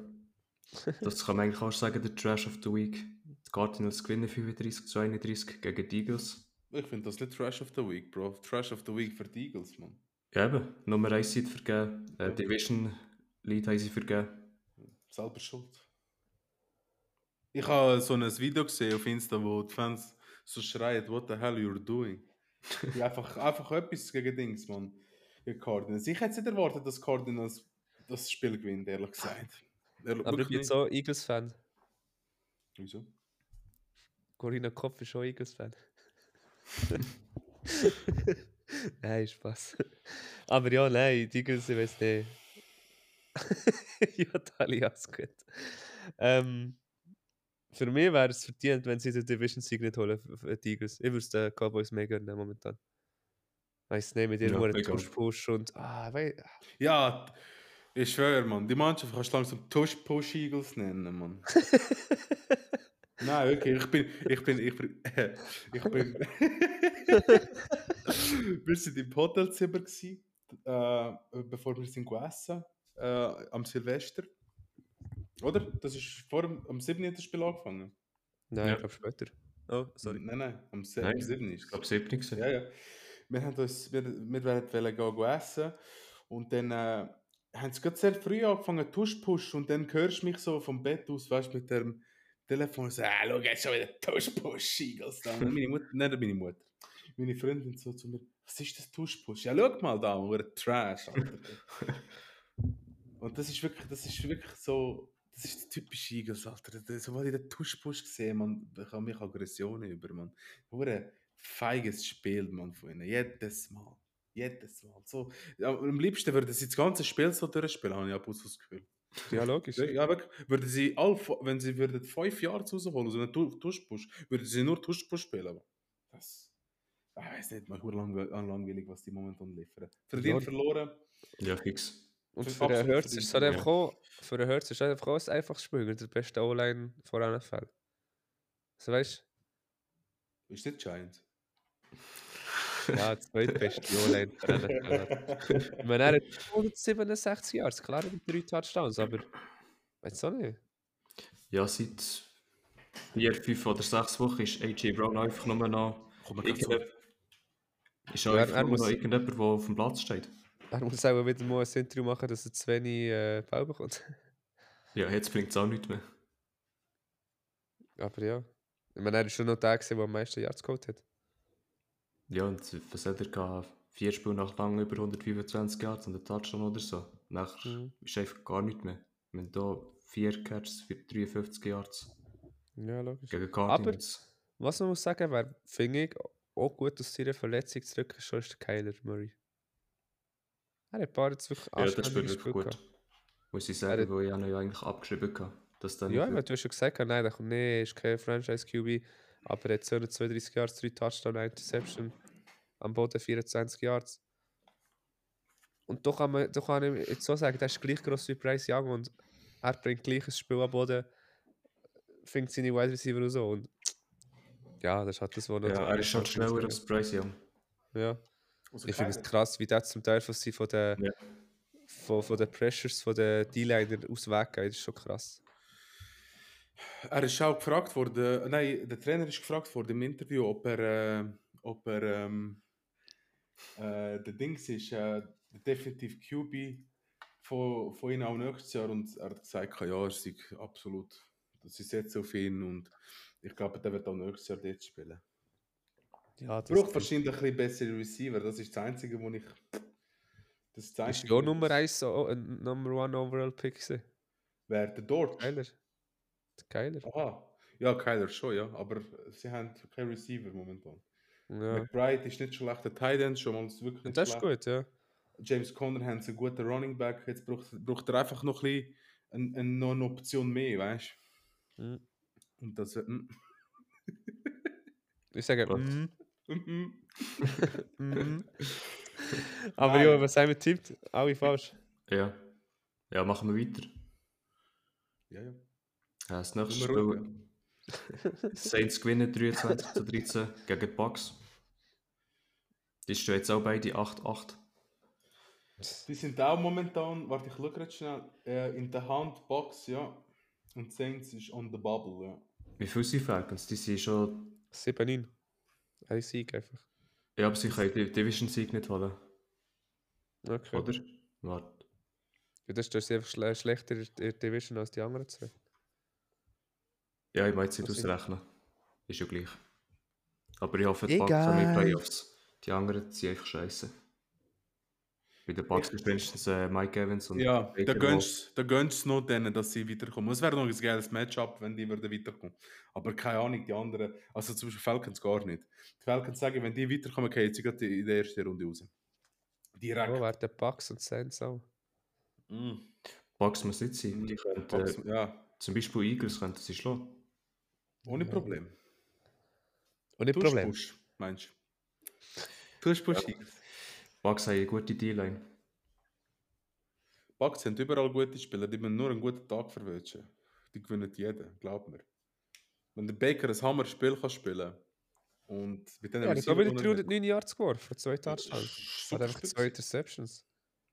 Speaker 3: Das kann man eigentlich auch sagen, der Trash of the Week. Die Cardinals gewinnen 35 zu 31 gegen die Eagles.
Speaker 1: Ich finde das nicht Trash of the Week, Bro. Trash of the Week für die Eagles, Mann.
Speaker 3: Ja, eben. Nummer 1 Seed vergeben.
Speaker 1: Ja.
Speaker 3: Äh, Division Lead haben sie vergeben.
Speaker 1: Selber schuld. Ich habe so ein Video gesehen auf Insta, wo die Fans so schreien, what the hell you're doing? Die einfach, einfach etwas gegen Dings, Mann. Gegen Cardinals. Ich hätte nicht erwartet, dass Cardinals das Spiel gewinnt, ehrlich gesagt. Ehrlich,
Speaker 2: Aber ich bin
Speaker 1: wirklich
Speaker 2: jetzt auch Eagles-Fan.
Speaker 1: nicht. Wieso?
Speaker 2: Corinna Kopf ist auch Eagles-Fan. nein, Spaß. Aber ja, nein, die Eagles, ich weiß nicht. ja, Tali, alles gut. Ähm, für mich wäre es verdient, wenn sie den Division-Sieg nicht holen, f- f- die Eagles. Ich würde es den Cowboys mega nehmen momentan. Weiß nicht, mit
Speaker 3: Ja,
Speaker 2: ihrem
Speaker 3: mega.
Speaker 2: Tusch-Push und. Ah, wei,
Speaker 1: Ja, ich schwöre, Mann. Die Mannschaft kannst du langsam Tush Push Eagles nennen, Mann. Nein, wirklich. Ich bin, ich bin, ich bin, ich bin. wir sind im Hotelzimmer gsi, äh, bevor wir sind gegessen, äh, am Silvester. Oder? Das ist vor dem, am 7. hat das Spiel angefangen.
Speaker 2: nein,
Speaker 3: Ja.
Speaker 2: ich glaube später. Oh, sorry.
Speaker 1: Nein, nein, am, se-
Speaker 3: Nein,
Speaker 1: am 7.
Speaker 3: Ich
Speaker 1: ist es.
Speaker 3: glaube, 7 gesehen.
Speaker 1: Ja, ja. Wir haben uns, wir, wir wollten wollen gehen gehen essen und dann äh, haben sie gerade sehr früh angefangen Tuschpush und dann hörst du mich so vom Bett aus, weißt du, mit dem Telefon so, ah, schau, jetzt schon wieder Tuschpush, Eagles. da.» Und meine Mutter, nein, meine Mutter, meine Freundin so zu mir, was ist das Tuschpush? Ja, schau mal da, wir Trash, Alter. und das ist wirklich, das ist wirklich so, das ist der typische Eagles, Alter. Das- Sobald ich den Tuschpush sehe, man, ich habe mich Aggressionen über, man. Hure feiges Spiel, Mann, von ihnen. Jedes Mal. Jedes Mal. So, ja, am liebsten würden sie das ganze Spiel so durchspielen, habe ich ab und zu das Gefühl.
Speaker 2: Ja, logisch.
Speaker 1: Ja, wirklich. Würden sie alle, fu- wenn sie würden fünf Jahre zu also rausholen, so einen Tu- Tuschpush, würden sie nur Tuschpush spielen. Aber das, ah, ich weiß nicht, mal hure langwe- ah, langweilig, was die momentan liefern. Verdient,
Speaker 2: Ja.
Speaker 1: verloren.
Speaker 3: Ja, fix.
Speaker 2: Und
Speaker 1: Für-
Speaker 2: für den
Speaker 1: absolut
Speaker 2: Hertz
Speaker 1: verdient,
Speaker 2: ist es halt
Speaker 1: ja.
Speaker 2: einfach auch, für den Hertz ist es halt einfach auch ein einfaches Spiel gegen den besten O-Line vor NFL. Also weißt
Speaker 1: Ist nicht Giants.
Speaker 2: du, ja, die zweitbeste O-Line vor NFL. hat. Ich meine, er hat 167 Jahre, klar, mit drei Touchdowns, aber weiß auch nicht.
Speaker 3: Ja, seit 4, 5 oder 6 Wochen ist AJ Brown einfach nur noch
Speaker 1: Komm, wir gehen
Speaker 3: irgendjemand. Ist auch
Speaker 2: Ja,
Speaker 3: einfach
Speaker 2: er
Speaker 3: nur
Speaker 2: muss-
Speaker 3: noch irgendjemand, der auf dem Platz steht.
Speaker 2: Er muss auch wieder mal ein Interview machen, dass er zu wenig äh, Ball bekommt.
Speaker 3: Ja, jetzt bringt es auch nichts mehr.
Speaker 2: Aber ja. Ich meine, er war schon noch der, gewesen, der am meisten Yards geholt hat.
Speaker 3: Ja, und was hat er gehabt? Vier Spiele nach lang über 125 Yards und ein Touchdown oder so. Nachher
Speaker 2: Mhm.
Speaker 3: ist einfach gar nichts mehr. Wenn da vier Catches für 53 Yards
Speaker 2: Ja, logisch.
Speaker 3: gegen Cardinals.
Speaker 2: Was man muss sagen, wäre, finde ich, auch gut aus seiner Verletzung zurückgekommen ist, der Kyler Murray. Er hat ein paar jetzt wirklich
Speaker 3: ja, das
Speaker 2: anständige
Speaker 3: spielt wirklich
Speaker 2: Spiele
Speaker 3: gut.
Speaker 2: gehabt.
Speaker 3: Muss ich
Speaker 2: Er
Speaker 3: sagen,
Speaker 2: hat-
Speaker 3: wo ich ihn ja eigentlich abgeschrieben habe. Dass dann
Speaker 2: Ja, ich meine, du hast schon gesagt, nein, der kommt nee, ist kein Franchise-QB, aber er hat 232 Yards, 3 Touchdown, 1 Interception, am Boden 24 Yards. Und doch kann man doch kann ich jetzt so sagen, der ist gleich groß wie Bryce Young und er bringt gleich ein Spiel am Boden, fängt seine Wide Receiver und so. Und ja, das hat das, was
Speaker 3: ja, er ist schon schneller als Bryce Young.
Speaker 2: Ja.
Speaker 1: Also
Speaker 2: Ich finde es
Speaker 1: keiner.
Speaker 2: krass, wie das zum Teil von, sie- von den
Speaker 3: Ja.
Speaker 2: von, von den Pressures von den D-Liner aus weggeht. Das ist schon krass.
Speaker 1: Er ist auch gefragt worden, nein, der Trainer ist gefragt worden im Interview, ob er, äh, ob er ähm, äh, der Dings ist, äh, der definitiv QB von, von ihnen auch nächstes Jahr und er hat gesagt, ja, er sei absolut, das ist jetzt auf ihn und ich glaube, der wird auch nächstes Jahr dort spielen.
Speaker 2: Ja,
Speaker 1: Es braucht wahrscheinlich ein bisschen bessere Receiver, das ist das Einzige, wo ich... Das ist das Einzige,
Speaker 2: ist ja
Speaker 1: wo-
Speaker 2: Nummer 1 so, äh, Number 1 Overall Pick. gewesen.
Speaker 1: Wer, der dort?
Speaker 2: Geiler. Der Geiler.
Speaker 1: Aha. Ah. Ja, Kyler schon, ja, aber sie haben keinen Receiver momentan.
Speaker 2: Ja.
Speaker 1: McBride ist nicht schlecht, der Tight End schon mal ist wirklich
Speaker 2: Und
Speaker 1: nicht
Speaker 2: das ist
Speaker 1: schlecht.
Speaker 2: gut, ja.
Speaker 1: James Conner hat einen guten Running Back, jetzt braucht, braucht er einfach noch ein bisschen ein, ein, noch eine Option mehr, weißt
Speaker 2: Mhm.
Speaker 1: du? Und das... Mm,
Speaker 2: Ich sage,
Speaker 3: Gut.
Speaker 2: mm,
Speaker 1: mm,
Speaker 2: mm. Aber
Speaker 1: Nein.
Speaker 2: ja, was haben wir tippt? Alle falsch.
Speaker 3: Ja. Ja, machen wir weiter.
Speaker 1: ja, ja.
Speaker 3: Ja, das nächste
Speaker 1: Nummer
Speaker 3: Spiel. Saints gewinnen 23 zu 13 gegen die Bucks. Die stehen jetzt auch beide 8-8.
Speaker 1: Die sind auch momentan, warte, ich schaue gerade schnell, äh, in der Hand Box, ja. Und Saints ist on the bubble, ja.
Speaker 3: Wie viel sind Falcons? Die sind schon.
Speaker 2: 7-9. Ein Sieg einfach.
Speaker 3: Ja, aber sie können die Division-Sieg nicht holen,
Speaker 2: Okay.
Speaker 3: oder? Warte.
Speaker 2: Ja, das ist das ist einfach schle schlechter in der Division als die anderen zwei.
Speaker 3: Ja, ich meine, jetzt nicht
Speaker 2: Was sind-
Speaker 3: ausrechnen. Ist ja gleich. Aber ich hoffe, die
Speaker 2: Egal.
Speaker 3: Bucks haben die Playoffs. Die anderen sind einfach scheiße. Bei den Bucks ist wenigstens äh, Mike Evans und.
Speaker 1: Ja, da
Speaker 3: Baker
Speaker 1: gönnst da gönnst noch denen, dass sie weiterkommen. Es wäre noch ein geiles Matchup, wenn die würden weiterkommen. Aber keine Ahnung, die anderen, also zum Beispiel Falcons gar nicht. Die Falcons sagen, wenn die weiterkommen, gehen sie gerade in der ersten Runde raus.
Speaker 2: Wo
Speaker 1: Direkt.
Speaker 2: wären der Oh, Bucks und Saints auch?
Speaker 1: Mm.
Speaker 3: Bucks muss nicht sein. Die können, äh,
Speaker 1: Mhm. Ja,
Speaker 3: zum Beispiel Eagles könnten sie schlagen.
Speaker 1: ohne Problem.
Speaker 2: Und nicht Problem.
Speaker 1: Push, meinst du? Push, push. Ja.
Speaker 3: Bucks haben eine gute D-Line.
Speaker 1: Bugs sind überall gute Spieler, die müssen nur einen guten Tag verwünschen. Die gewinnen jeden, glaub mir. Wenn der Baker ein Hammer-Spiel kann spielen und mit denen
Speaker 2: Ja, ich habe wieder
Speaker 1: Receiver-
Speaker 2: 309 Yards geworfen, zwei Touchdowns.
Speaker 1: Super
Speaker 2: Hat einfach
Speaker 1: Spitze.
Speaker 2: zwei Interceptions.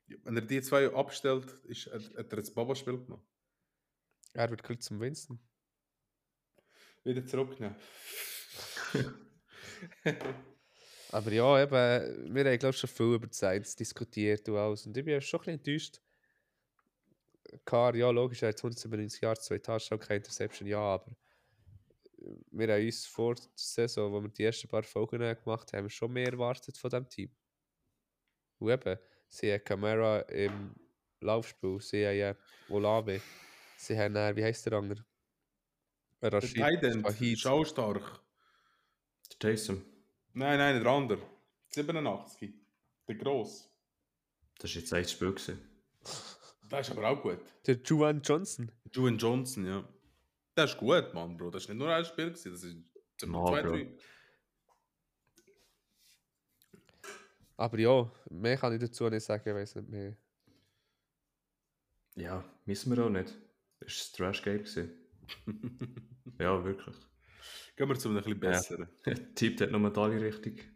Speaker 1: Wenn er die zwei abstellt, ist, hat, hat er ein Baba-Spiel gemacht.
Speaker 2: Er wird gleich zum Winston.
Speaker 1: Wieder zurücknehmen.
Speaker 2: Aber ja, eben, wir haben glaube schon viel über die Saints diskutiert und alles. Und ich bin schon ein bisschen enttäuscht. Klar, ja, logisch, er hat 197 Jahre, zwei Touchdowns, keine Interception, ja, aber wir haben uns vor der Saison, wo wir die ersten paar Folgen haben gemacht haben, schon mehr erwartet von diesem Team. Und eben, sie haben Camara im Laufspiel, sie haben ja Olave, sie haben, äh, wie heißt der andere?
Speaker 1: Der Titan
Speaker 2: Shahid.
Speaker 1: ist auch stark.
Speaker 3: Der Jason.
Speaker 1: Nein, nein, der andere. 87. Der Gross.
Speaker 3: Das war jetzt echt Spiel. Gewesen.
Speaker 1: Der ist aber auch gut.
Speaker 2: Der Juan Johnson.
Speaker 1: Juan Johnson, ja. Der ist gut, Mann, Bro. Das war nicht nur ein Spiel, gewesen, das ist
Speaker 3: Mann, Bro.
Speaker 2: Aber ja, mehr kann ich dazu nicht sagen, ich weiß nicht mehr.
Speaker 3: Ja, wissen wir auch nicht. Das war ein Trash-Game. gewesen. ja, wirklich.
Speaker 1: Gehen wir zu einem etwas besseren.
Speaker 3: Tipp hat nur alle richtig.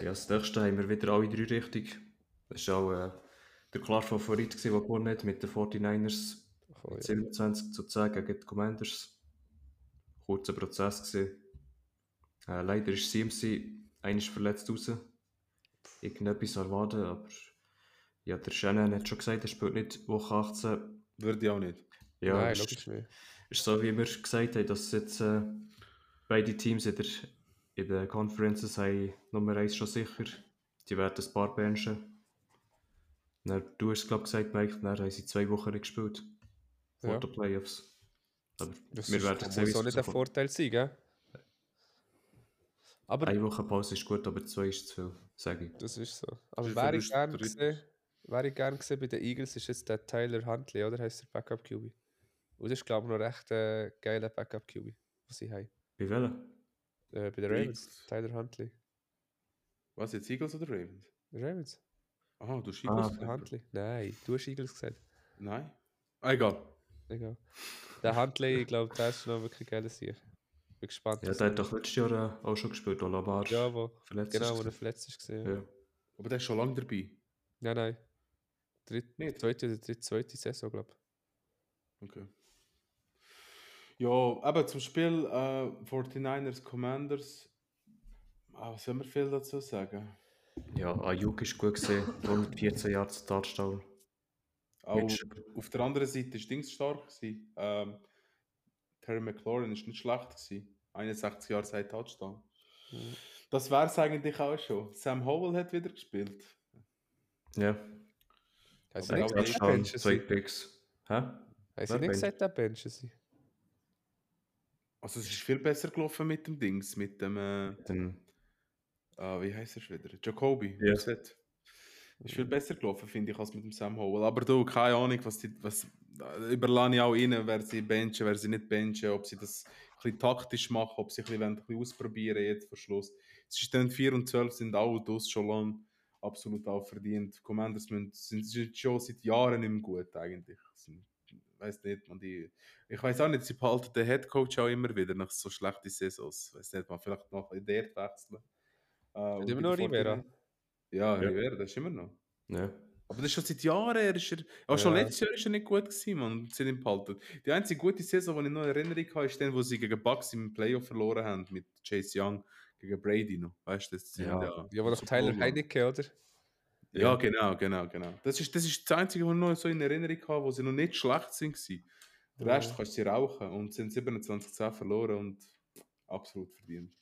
Speaker 3: ja, das nächste haben wir wieder alle drei richtig. Das war auch äh, der klare Favorit, gewesen, der gewonnen hat mit den 49ers.
Speaker 2: Oh, ja.
Speaker 3: 27 zu 10 gegen die Commanders. Kurzer Prozess. Gewesen. Äh, leider ist CMC eines verletzt raus. irgendetwas erwarten, aber ja, der Shannon hat schon gesagt, er spielt nicht Woche 18.
Speaker 1: Würde ich auch nicht.
Speaker 3: Ja,
Speaker 2: Nein,
Speaker 3: ist,
Speaker 2: logisch nicht.
Speaker 3: ist so, wie wir gesagt haben, dass jetzt äh, beide Teams in, der, in den Conferences haben Nummer 1 schon sicher. Die werden ein paar benchen. Dann, du hast es, glaube ich, gesagt, Mike, dann haben sie zwei Wochen nicht gespielt. Vor
Speaker 2: Ja.
Speaker 3: den Playoffs. Aber
Speaker 2: Das
Speaker 3: wir
Speaker 2: ist-
Speaker 3: werden sehen, wie
Speaker 2: muss auch
Speaker 3: es
Speaker 2: nicht ein
Speaker 3: kommt.
Speaker 2: Vorteil sein, gell? Aber
Speaker 3: Eine Woche Pause ist gut, aber zwei ist zu viel, sage ich.
Speaker 2: das ist so. Aber
Speaker 1: ist
Speaker 2: wäre ich
Speaker 1: übrigens
Speaker 2: gern
Speaker 1: der
Speaker 2: gesehen, wäre ich gern gesehen bei den Eagles, ist jetzt der Tyler Huntley, oder? Heißt der Backup QB. Und das ist, glaube ich, noch recht äh, geiler Backup QB, was sie haben.
Speaker 3: Bei welchen?
Speaker 2: Äh, bei den
Speaker 1: Die
Speaker 2: Ravens.
Speaker 1: Eagles.
Speaker 2: Tyler Huntley.
Speaker 1: Was jetzt, Eagles oder Ravens?
Speaker 2: Ravens?
Speaker 1: Aha, du Eagles.
Speaker 2: Der Huntley? Nein, du hast Eagles gesagt.
Speaker 1: Nein. Ah, egal.
Speaker 2: Egal. Der Huntley, ich glaube, der ist noch wirklich geiler Sieg. Bin gespannt.
Speaker 3: Ja,
Speaker 2: was-
Speaker 3: der hat doch letztes Jahr äh, auch schon gespielt, Olabar.
Speaker 2: ja wo,
Speaker 3: verletzt
Speaker 2: genau,
Speaker 3: ist.
Speaker 2: wo er verletzt ist. Gesehen.
Speaker 3: ja.
Speaker 1: Aber der ist schon lange dabei.
Speaker 2: Nein, nein. Dritt,
Speaker 1: Nicht?
Speaker 2: Zweite oder dritte, zweite Saison, glaube ich.
Speaker 1: Okay. Ja, eben zum Spiel äh, 49ers Commanders. Ah, was soll man viel dazu sagen?
Speaker 3: ja, Ayuk ist gut gesehen. 114 Jahre zu Touchdown.
Speaker 1: Auch
Speaker 3: Mitch-
Speaker 1: auf der anderen Seite war Dings stark. Gewesen. Ähm, Terry McLaurin ist nicht schlecht. Gewesen. 61 Jahre seit Touchdown.
Speaker 2: Mhm.
Speaker 1: Das wäre es eigentlich auch schon. Sam Howell hat wieder gespielt.
Speaker 3: Ja,
Speaker 1: Aber
Speaker 3: ein
Speaker 1: auch die
Speaker 3: Touchdown,
Speaker 2: Benches
Speaker 3: zwei Picks. Hä?
Speaker 2: Haben sie
Speaker 3: Wer
Speaker 2: nicht
Speaker 3: bencht?
Speaker 2: gesagt, der Bench ist sie?
Speaker 1: Also es ist viel besser gelaufen mit dem Dings, mit dem, äh,
Speaker 3: Dann,
Speaker 1: ah, wie heißt er schon wieder? Jacoby.
Speaker 3: Ja.
Speaker 1: Das hat- Ist viel besser gelaufen, finde ich, als mit dem Sam Howell. Aber du, keine Ahnung, was die, was, äh, überlasse ich auch ihnen, wer sie benchen, wer sie nicht benchen, ob sie das ein bisschen taktisch machen, ob sie ein bisschen, wollen, ein bisschen ausprobieren jetzt vor Schluss. Es ist dann 4 und 12, sind auch das schon lange absolut auch verdient. Die Commanders müssen, sind, sind schon seit Jahren nicht mehr gut eigentlich. Sind- Ich weiß nicht, man, die, ich weiß auch nicht, sie behalten den Headcoach auch immer wieder nach so schlechten Saisons. Ich weiß nicht, man, vielleicht noch in der wechseln. Äh, und
Speaker 2: immer
Speaker 1: bei
Speaker 2: noch
Speaker 1: den
Speaker 2: Rivera?
Speaker 1: 49ers Ja,
Speaker 3: Ja.
Speaker 1: Rivera, das ist immer noch.
Speaker 3: ja.
Speaker 1: Aber das ist schon seit Jahren, er ist er, auch schon
Speaker 2: Ja.
Speaker 1: letztes Jahr ist er nicht gut gewesen, man, sie sind behalten. Die einzige gute Saison, die ich noch in Erinnerung habe, ist dann, wo sie gegen Bucks im Playoff verloren haben, mit Chase Young gegen Brady noch, weißt du, das sind
Speaker 3: Ja.
Speaker 2: Ja, aber
Speaker 1: Super
Speaker 2: doch
Speaker 1: Bowl,
Speaker 2: Tyler
Speaker 1: Mann.
Speaker 2: Heinecke, oder?
Speaker 1: Ja, genau, genau, genau. Das ist das, ist das Einzige, was ich noch so in Erinnerung habe, wo sie noch nicht schlecht sind. gewesen. Den
Speaker 2: Ja.
Speaker 1: Rest kannst du sie rauchen und sind 27-10 verloren und absolut verdient.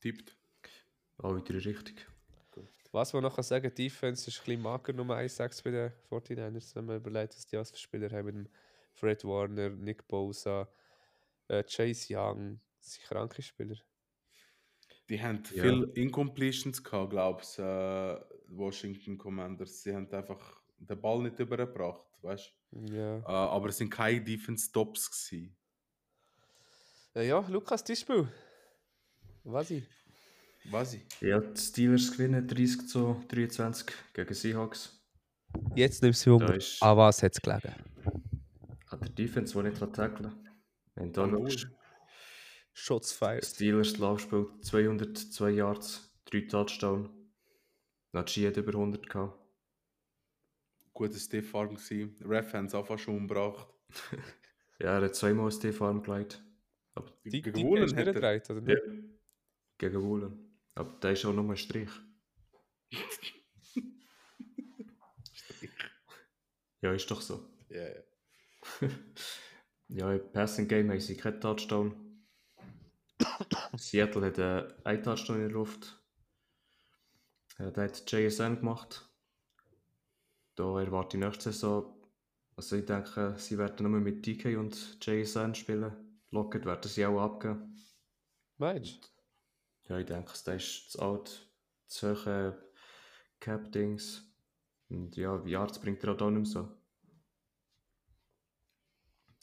Speaker 1: Tippt.
Speaker 3: Alle drei richtig.
Speaker 2: Was man noch kann sagen die Defense ist ein bisschen mager Nummer 1-6 bei den 49ers, wenn man überlegt, was die als Spieler haben mit dem Fred Warner, Nick Bosa, äh, Chase Young, das sind kranke Spieler.
Speaker 1: Die haben
Speaker 3: Ja.
Speaker 1: viel Incompletions gehabt, glaubst du, äh, Washington Commanders. Sie haben einfach den Ball nicht übergebracht, weißt du?
Speaker 2: Ja.
Speaker 1: Äh, aber es sind keine Defense-Tops gewesen.
Speaker 2: Ja, Äh, ja Lukas, dein Spiel. Was ich?
Speaker 1: Weiß ich.
Speaker 3: Ja, die Steelers gewinnen 30 zu 23 gegen Seahawks.
Speaker 2: Jetzt nimmst du
Speaker 3: Da ist
Speaker 2: An was hat es gelegen?
Speaker 3: an der Defense, die nicht tackeln Wenn du
Speaker 1: Jawohl.
Speaker 3: anschaust,
Speaker 2: Shots fired.
Speaker 3: Steelers Laufspiel 202 Yards, 3 Touchdown. Najee hat über 100 gehabt.
Speaker 1: Guter Stiff-Arm gewesen. Ref haben es einfach schon umgebracht.
Speaker 3: Ja, er hat zweimal das T-Farm gelegt. Aber
Speaker 2: Die, die,
Speaker 1: Gegen
Speaker 2: die
Speaker 1: Wohlen
Speaker 2: hast du
Speaker 1: hat er-
Speaker 2: gedreht, oder
Speaker 3: Ja.
Speaker 2: nicht?
Speaker 3: gegen Wohlen. Aber der ist auch nur ein Strich. ja, ist doch so.
Speaker 1: Ja, ja.
Speaker 3: Ja, im Passing Game haben sie keinen Touchdown. Seattle hat äh, einen Touchdown in der Luft. Äh, der hat JSN gemacht. Da erwarte ich nächste Saison. Also ich denke, sie werden nur mit DK und JSN spielen. Lockett werden sie auch abgeben.
Speaker 2: Meinst du?
Speaker 3: Ja, ich denke, das ist zu alt. Solche Cap-Dings. Und ja, Yards bringt er halt auch nicht mehr so.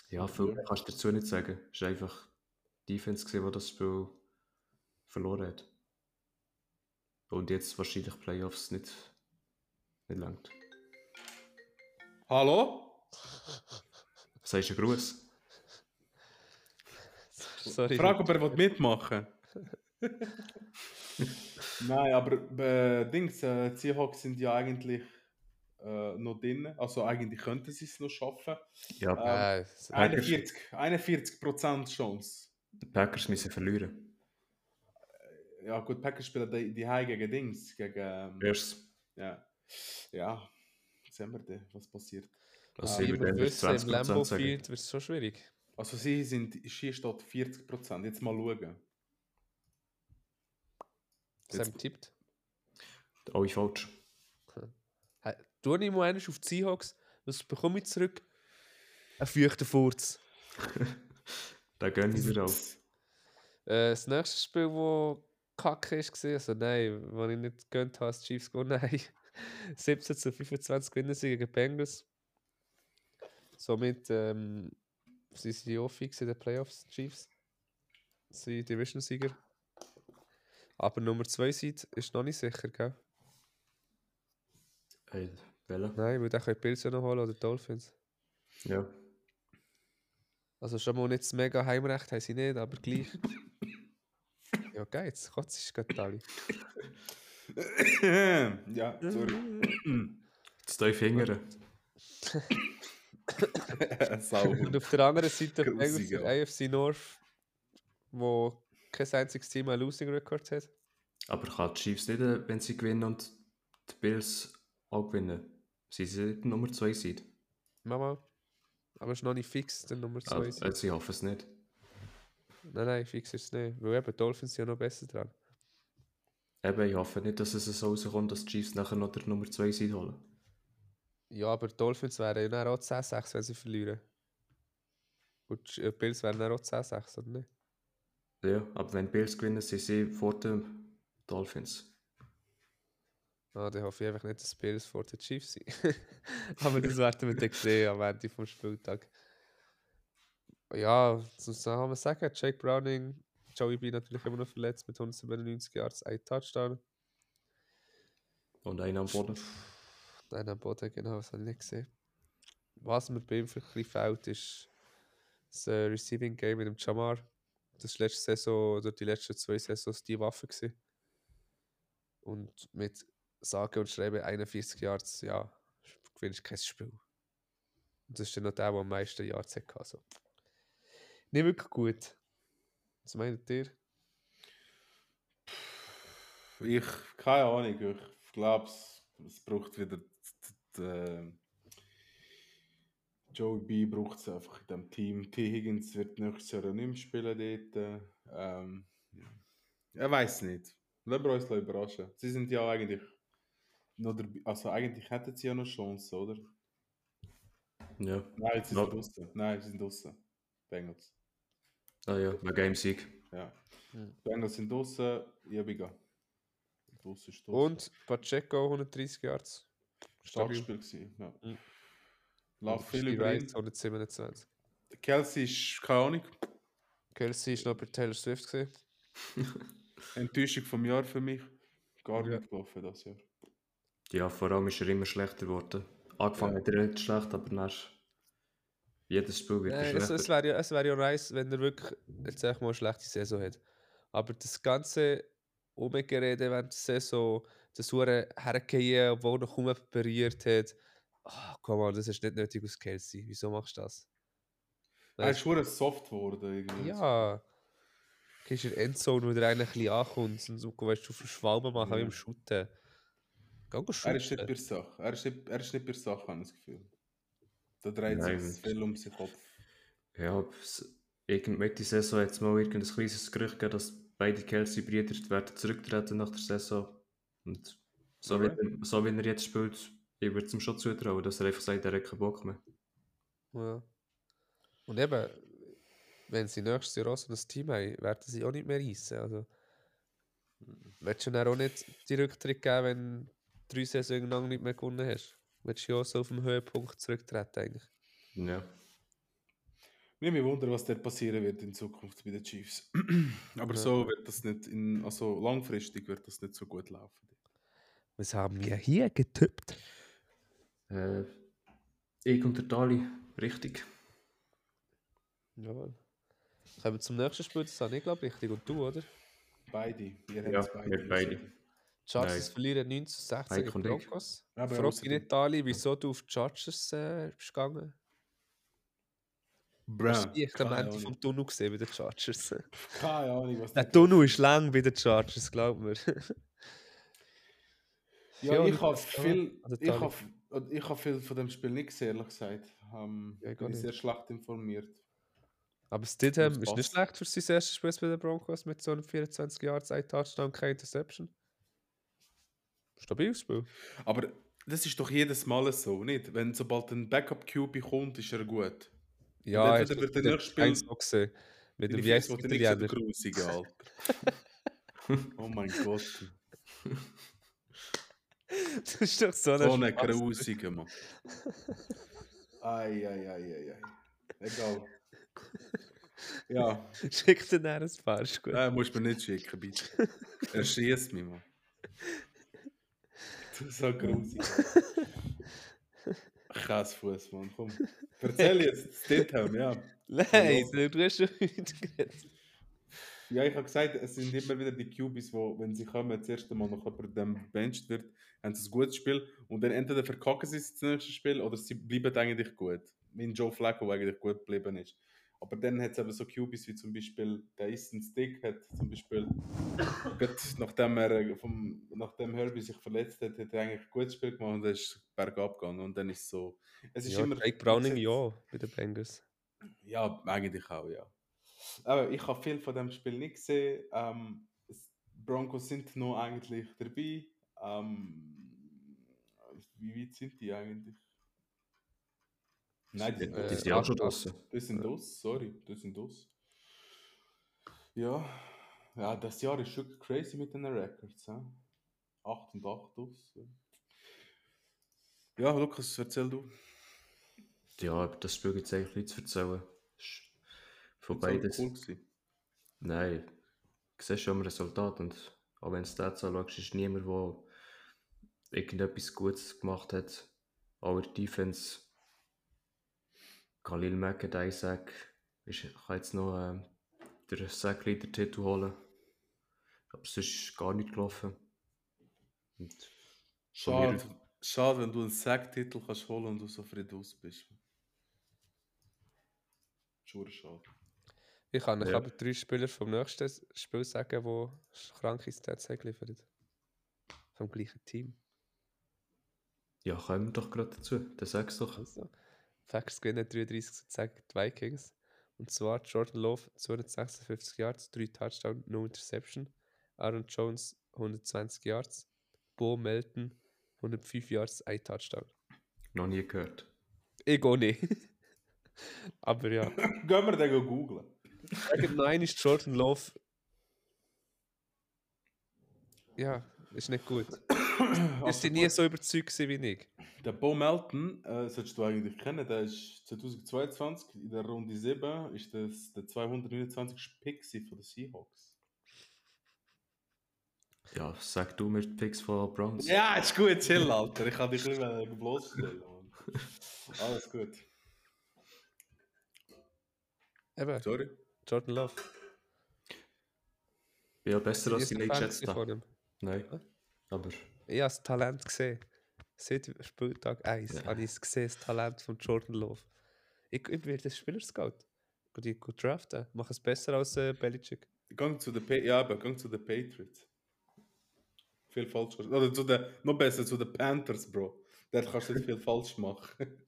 Speaker 3: Ja, viel mehr kannst du dazu nicht sagen. Es war einfach die Defense, gewesen, die das Spiel verloren hat. Und jetzt wahrscheinlich Playoffs nicht, nicht langt.
Speaker 1: Hallo?
Speaker 3: Das ist ein Gruß.
Speaker 2: Sorry.
Speaker 1: Frag, ob er will mitmachen Nein, aber äh, Dings, äh, die Seahawks sind ja eigentlich äh, noch drin. Also eigentlich könnten sie es noch schaffen.
Speaker 3: Ja,
Speaker 1: Ah.
Speaker 2: Nein, es-
Speaker 3: Packers.
Speaker 1: 41, 41% Chance.
Speaker 3: die Packers müssen verlieren.
Speaker 1: ja gut, Packers spielen die, die High gegen Dings, gegen, ähm,
Speaker 3: Erst.
Speaker 1: ja. Ja, sehen wir dann, was passiert.
Speaker 3: Das
Speaker 1: Ah,
Speaker 3: sind wir
Speaker 2: Lieber
Speaker 3: dann mit
Speaker 2: wissen, im
Speaker 3: 20%
Speaker 2: Lambo
Speaker 3: sagen.
Speaker 2: Field wird es schon schwierig.
Speaker 1: Also sie sind, hier steht 40%, jetzt mal schauen.
Speaker 2: Das
Speaker 1: Jetzt-
Speaker 2: haben tippt.
Speaker 3: Alle falsch.
Speaker 2: Du nimm mal eines auf die Seahawks. Was bekomme ich zurück? Ein feuchter Furz.
Speaker 3: Da gönne ich dir auch.
Speaker 2: Äh, das nächste Spiel, wo kacke ist, gewesen, also nein, was ich nicht gönnt habe, ist die Chiefs gewonnen haben. 17 zu 25 gewinnen sie gegen die Bengals. Somit ähm, sind sie auch fix in den Playoffs, die Chiefs. Sie sind Division-Sieger. Aber Nummer 2 Seed ist noch nicht sicher, gell?
Speaker 3: Ey, Welle.
Speaker 2: Nein, weil der kann die Bills ja noch holen oder die Dolphins.
Speaker 3: Ja.
Speaker 2: Also schon mal nicht das mega Heimrecht haben sie nicht, aber gleich. ja, geil, jetzt kotzt ist gerade alle.
Speaker 1: ja, sorry.
Speaker 3: Jetzt deine Finger.
Speaker 1: Sau.
Speaker 2: Und auf der anderen Seite die Bengals,
Speaker 1: Grusig,
Speaker 2: der AFC North, wo kein einziges Team einen Losing Record hat.
Speaker 3: Aber kann die Chiefs nicht, äh, wenn sie gewinnen und die Bills auch gewinnen? Sie sind Nummer 2 Seed.
Speaker 2: Mama. Aber es ist noch nicht fix, der Nummer 2.
Speaker 3: Also, also ich hoffe es nicht.
Speaker 2: Nein, nein, fix ist es nicht. Weil eben die Dolphins sind ja noch besser dran.
Speaker 3: Eben, ich hoffe nicht, dass es so rauskommt, dass die Chiefs nachher noch der Nummer 2 Seed holen.
Speaker 2: Ja, aber die Dolphins wären ja dann auch 10-6, wenn sie verlieren. Und die Bills wären dann auch 10-6, oder nicht?
Speaker 3: Ja, aber wenn die Bills gewinnen, sind sie vor den Dolphins.
Speaker 2: Ah, dann hoffe ich einfach nicht, dass die Bills vor den Chiefs sind. Aber das werden wir dann sehen am Ende vom Spieltag. Ja, sonst kann man sagen, Jake Browning, Joey B natürlich immer noch verletzt mit 197 Yards, ein Touchdown.
Speaker 3: Und einen am Boden.
Speaker 2: Nein, am Boden, genau, das habe ich nicht gesehen. Was mir bei ihm für ein bisschen fehlt, ist das äh, Receiving Game mit dem Jamar. Das war letzte Saison oder die letzten zwei Saisons die Waffe. Gewesen. Und mit sage und schreibe 41 Yards, ja, gewinnst kein Spiel. Und das ist dann noch der, der am meisten Yards hatte. Also. Nicht wirklich gut. Was meint ihr?
Speaker 1: Ich, keine Ahnung, ich glaube, es, es braucht wieder. d- d- d- Joey B braucht es einfach in diesem Team. T. Higgins wird nächstes Jahr nicht mehr spielen dort. Ähm, ja. Ich weiß nicht. Lassen wir uns überraschen. Sie sind ja eigentlich. Noch dabei, also eigentlich hätten sie ja noch Chance, oder?
Speaker 3: Ja.
Speaker 1: Nein, sie
Speaker 3: Noch-
Speaker 1: sind draußen. Nein, sie sind draußen. Bengals.
Speaker 3: Ah ja, wegen einem Sieg.
Speaker 1: Ja.
Speaker 2: Hm.
Speaker 1: Bengals sind draußen. Ja, egal. Draußen ist draussen.
Speaker 2: Und Pacheco 130 Yards.
Speaker 1: Starkes
Speaker 2: Stabil.
Speaker 1: Spiel gewesen, ja.
Speaker 2: Mhm.
Speaker 1: Lauf viel
Speaker 2: Rice
Speaker 1: über ihn.
Speaker 2: 127.
Speaker 1: Kelsey ist, keine Ahnung,
Speaker 2: Kelsey war noch bei Taylor Swift. Gewesen.
Speaker 1: Enttäuschung vom Jahr für mich. Gar
Speaker 2: Ja.
Speaker 1: nicht gelaufen das Jahr.
Speaker 3: Ja, vor allem ist er immer schlechter geworden. Angefangen
Speaker 1: Ja.
Speaker 3: hat er nicht schlecht, aber dann jedes Spiel wird er
Speaker 2: Nein, Äh, es
Speaker 3: schlechter.
Speaker 2: es wäre ja, es wär ja nice, wenn er wirklich jetzt sag ich mal, eine schlechte Saison hat. Aber das ganze Umgerede während der Saison, das Huren hergehen, obwohl er noch rumperiert hat. Ah, komm mal, das ist nicht nötig aus Kelsey. Wieso machst du das?
Speaker 1: Er ist schon soft geworden. Irgendwie.
Speaker 2: Ja. Gehst in die Endzone, wo der eine ein bisschen ankommt und so weißt du, Schwalben machen wie
Speaker 1: Ja.
Speaker 2: im Shooten. Geh go
Speaker 1: Er ist nicht
Speaker 2: shooten.
Speaker 1: per Sache. Er ist nicht, er ist nicht per Sache, habe ich das Gefühl. Da dreht
Speaker 3: Nein.
Speaker 1: sich zu viel um seinen Kopf.
Speaker 3: Ja, es- irgend mit der Saison hat es mal irgendein kleines Gerücht gegeben, dass beide Kelsey-Brüder werden zurücktreten nach der Saison. Und so,
Speaker 2: Okay.
Speaker 3: wie, er, so wie er jetzt spielt, ich würde es ihm schon zutrauen, dass er einfach sagt, er hat keinen Bock mehr.
Speaker 2: Ja. Und eben, wenn sie nächstes Jahr auch so ein Team haben, werden sie auch nicht mehr reissen. Also, willst du dann auch nicht die Rücktritt geben, wenn du drei Saison lang nicht mehr gewonnen hast? Willst du ja auch so auf dem Höhepunkt zurücktreten eigentlich?
Speaker 3: Ja.
Speaker 1: Nicht mehr wundern, was da passieren wird in Zukunft bei den Chiefs. Aber
Speaker 2: Ja.
Speaker 1: so wird das nicht, in, also langfristig wird das nicht so gut laufen.
Speaker 2: Was haben wir hier getippt?
Speaker 3: Äh, ich und der Dali, richtig.
Speaker 2: Jawohl. Kommen wir zum nächsten Spiel, das habe ich glaube richtig. Und du, oder?
Speaker 1: Beide. Ihr
Speaker 3: Ja,
Speaker 1: habt's
Speaker 3: wir beide.
Speaker 1: gesagt.
Speaker 2: Die Chargers
Speaker 3: Nein.
Speaker 2: verlieren 9 zu 16
Speaker 3: Heiko
Speaker 2: gegen die
Speaker 3: und ich.
Speaker 2: Broncos.
Speaker 1: Aber
Speaker 2: Frag
Speaker 1: ausser
Speaker 2: dich nicht, Ali, wieso du auf die Chargers äh, bist gegangen. Das
Speaker 1: Bruh.
Speaker 2: war echt am
Speaker 1: keine
Speaker 2: Ende
Speaker 1: Ahnung.
Speaker 2: vom Tunnel gesehen bei den Chargers.
Speaker 1: Keine Ahnung, was
Speaker 2: Der Tunnel ist lang bei den Chargers, glaub mir.
Speaker 1: Ja, ich habe
Speaker 2: Nicolas
Speaker 1: viel,
Speaker 2: Tony.
Speaker 1: ich
Speaker 2: Tony.
Speaker 1: habe, ich habe viel von dem Spiel nicht gesehen, ehrlich gesagt. Ähm,
Speaker 2: Ja, gar
Speaker 1: bin ich
Speaker 2: nicht.
Speaker 1: sehr schlecht informiert.
Speaker 2: Aber Stidham
Speaker 1: Das
Speaker 2: ist nicht
Speaker 1: passt.
Speaker 2: schlecht für sein erstes Spiel bei den Broncos mit so einem 24 Yards, ein Touchdown, keine Interception. Stabiles Spiel.
Speaker 1: Aber das ist doch jedes Mal so, nicht? Wenn sobald ein Backup QB kommt, ist er gut.
Speaker 2: Ja,
Speaker 1: entweder wird der nächste Spiel-
Speaker 2: eins noch gesehen. Mit
Speaker 1: Deine
Speaker 2: dem
Speaker 1: Füße wollte nicht so der
Speaker 2: Yes-Italiener.
Speaker 1: Grusige, Alter. oh mein Gott.
Speaker 2: Das ist doch so
Speaker 1: So eine
Speaker 2: Spaß.
Speaker 1: Grusige, Mann. Ei, ei, ei, ei, ei. Egal. Ja,
Speaker 2: Schick dir dann ein paar, ist gut.
Speaker 1: nein, musst du mir nicht schicken, bitte. Er schießt mich, Mann. Du so grusig. Kassfuß, Mann, komm. Erzähl jetzt, das Detail, ja.
Speaker 2: Nein, du hast schon wieder geredet.
Speaker 1: Ja, ich habe gesagt, es sind immer wieder die QBs, wo, wenn sie kommen, das erste Mal noch über dem benched wird, haben sie ein gutes Spiel und dann entweder verkacken sie das nächste Spiel oder sie bleiben eigentlich gut. Wie ein Joe Flacco, der eigentlich gut geblieben ist. Aber dann hat es eben so QBs wie zum Beispiel der Easton Stick hat zum Beispiel, gerade nachdem, er äh, vom, nachdem Herbie sich verletzt hat, hat er eigentlich ein gutes Spiel gemacht und dann ist bergab gegangen und dann ist so. Es ist
Speaker 2: Ja,
Speaker 1: immer
Speaker 2: Jake Browning, ja, bei den Bengals.
Speaker 1: ja, eigentlich auch, ja. Aber ich habe viel von dem Spiel nicht gesehen. Ähm, es- Broncos sind noch eigentlich dabei. Ähm, wie weit sind die eigentlich? Nein, die sind
Speaker 2: Äh,
Speaker 3: Die
Speaker 1: aus.
Speaker 3: sind auch schon draußen.
Speaker 1: Das sind aus, sorry, das sind aus. Ja. ja, das Jahr ist schon crazy mit den Records. He? 8 und 8 aus. ja. Ja, Lukas, erzähl du.
Speaker 3: Ja, über das Spiel gibt es eigentlich nichts zu erzählen. Ist Von
Speaker 1: Das war
Speaker 3: beides.
Speaker 1: Cool gewesen.
Speaker 3: Nein, du siehst schon am Resultat. Und auch wenn du das anschaust, ist niemand, der irgendetwas Gutes gemacht hat. Auch in der Defense. Khalil Mack hat einen Sack. Ist, kann jetzt noch ähm, den Sackleader-Titel holen. Aber sonst ist gar nicht gelaufen. Und
Speaker 1: Schade, schade, wenn du einen Sacktitel kannst holen und du so fried aus bist. Schur schade.
Speaker 2: Ich kann euch
Speaker 3: Ja.
Speaker 2: aber drei Spieler vom nächsten Spiel sagen, die kranke Stats haben geliefert Vom gleichen Team.
Speaker 3: ja, kommen wir doch gerade dazu. Dann sag's doch.
Speaker 2: Also, Packers gewinnen 33 zu 10 die Vikings. Und zwar Jordan Love 256 Yards, 3 Touchdowns, no Interception. Aaron Jones 120 Yards. Bo Melton 105 Yards, 1 Touchdown.
Speaker 3: Noch nie gehört.
Speaker 2: Ich auch nicht. Aber ja.
Speaker 1: Gehen wir den go googlen.
Speaker 2: Nein, ist Jordan Love. Ja, ist nicht gut. Wir
Speaker 1: Also
Speaker 2: sind nie so überzeugt gewesen wie ich.
Speaker 1: gut, Der Bo Melton, äh, solltest du eigentlich kennen, der ist 2022 in der Runde 7 ist das der 229. Pick gewesen von den Seahawks.
Speaker 3: Ja, sag du mir die Picks von Browns.
Speaker 1: Ja, ist gut, chill, Alter. Ich habe dich nicht mehr bloßstellen. Mann. Alles gut.
Speaker 2: Eben,
Speaker 1: Sorry.
Speaker 2: Jordan Love.
Speaker 3: Ja, besser als
Speaker 2: Ich
Speaker 3: ich
Speaker 2: bin
Speaker 3: nicht
Speaker 2: Fan
Speaker 3: geschätzt
Speaker 2: von
Speaker 3: habe.
Speaker 2: ihm.
Speaker 3: Nein. Aber
Speaker 2: Ich habe das Talent gesehen. Seit Spieltag 1
Speaker 3: Ja.
Speaker 2: habe ich es gesehen, das Talent von Jordan Love. Ich, ich werde ein Spieler-Scout. Ich gehe die draften. Mache es besser als äh, Belichick.
Speaker 1: Gang zu den pa ja, aber gang zu den Patriots. Viel falsch. gemacht. Oder zu den, noch besser zu den Panthers, Bro. Dort kannst du nicht viel falsch machen.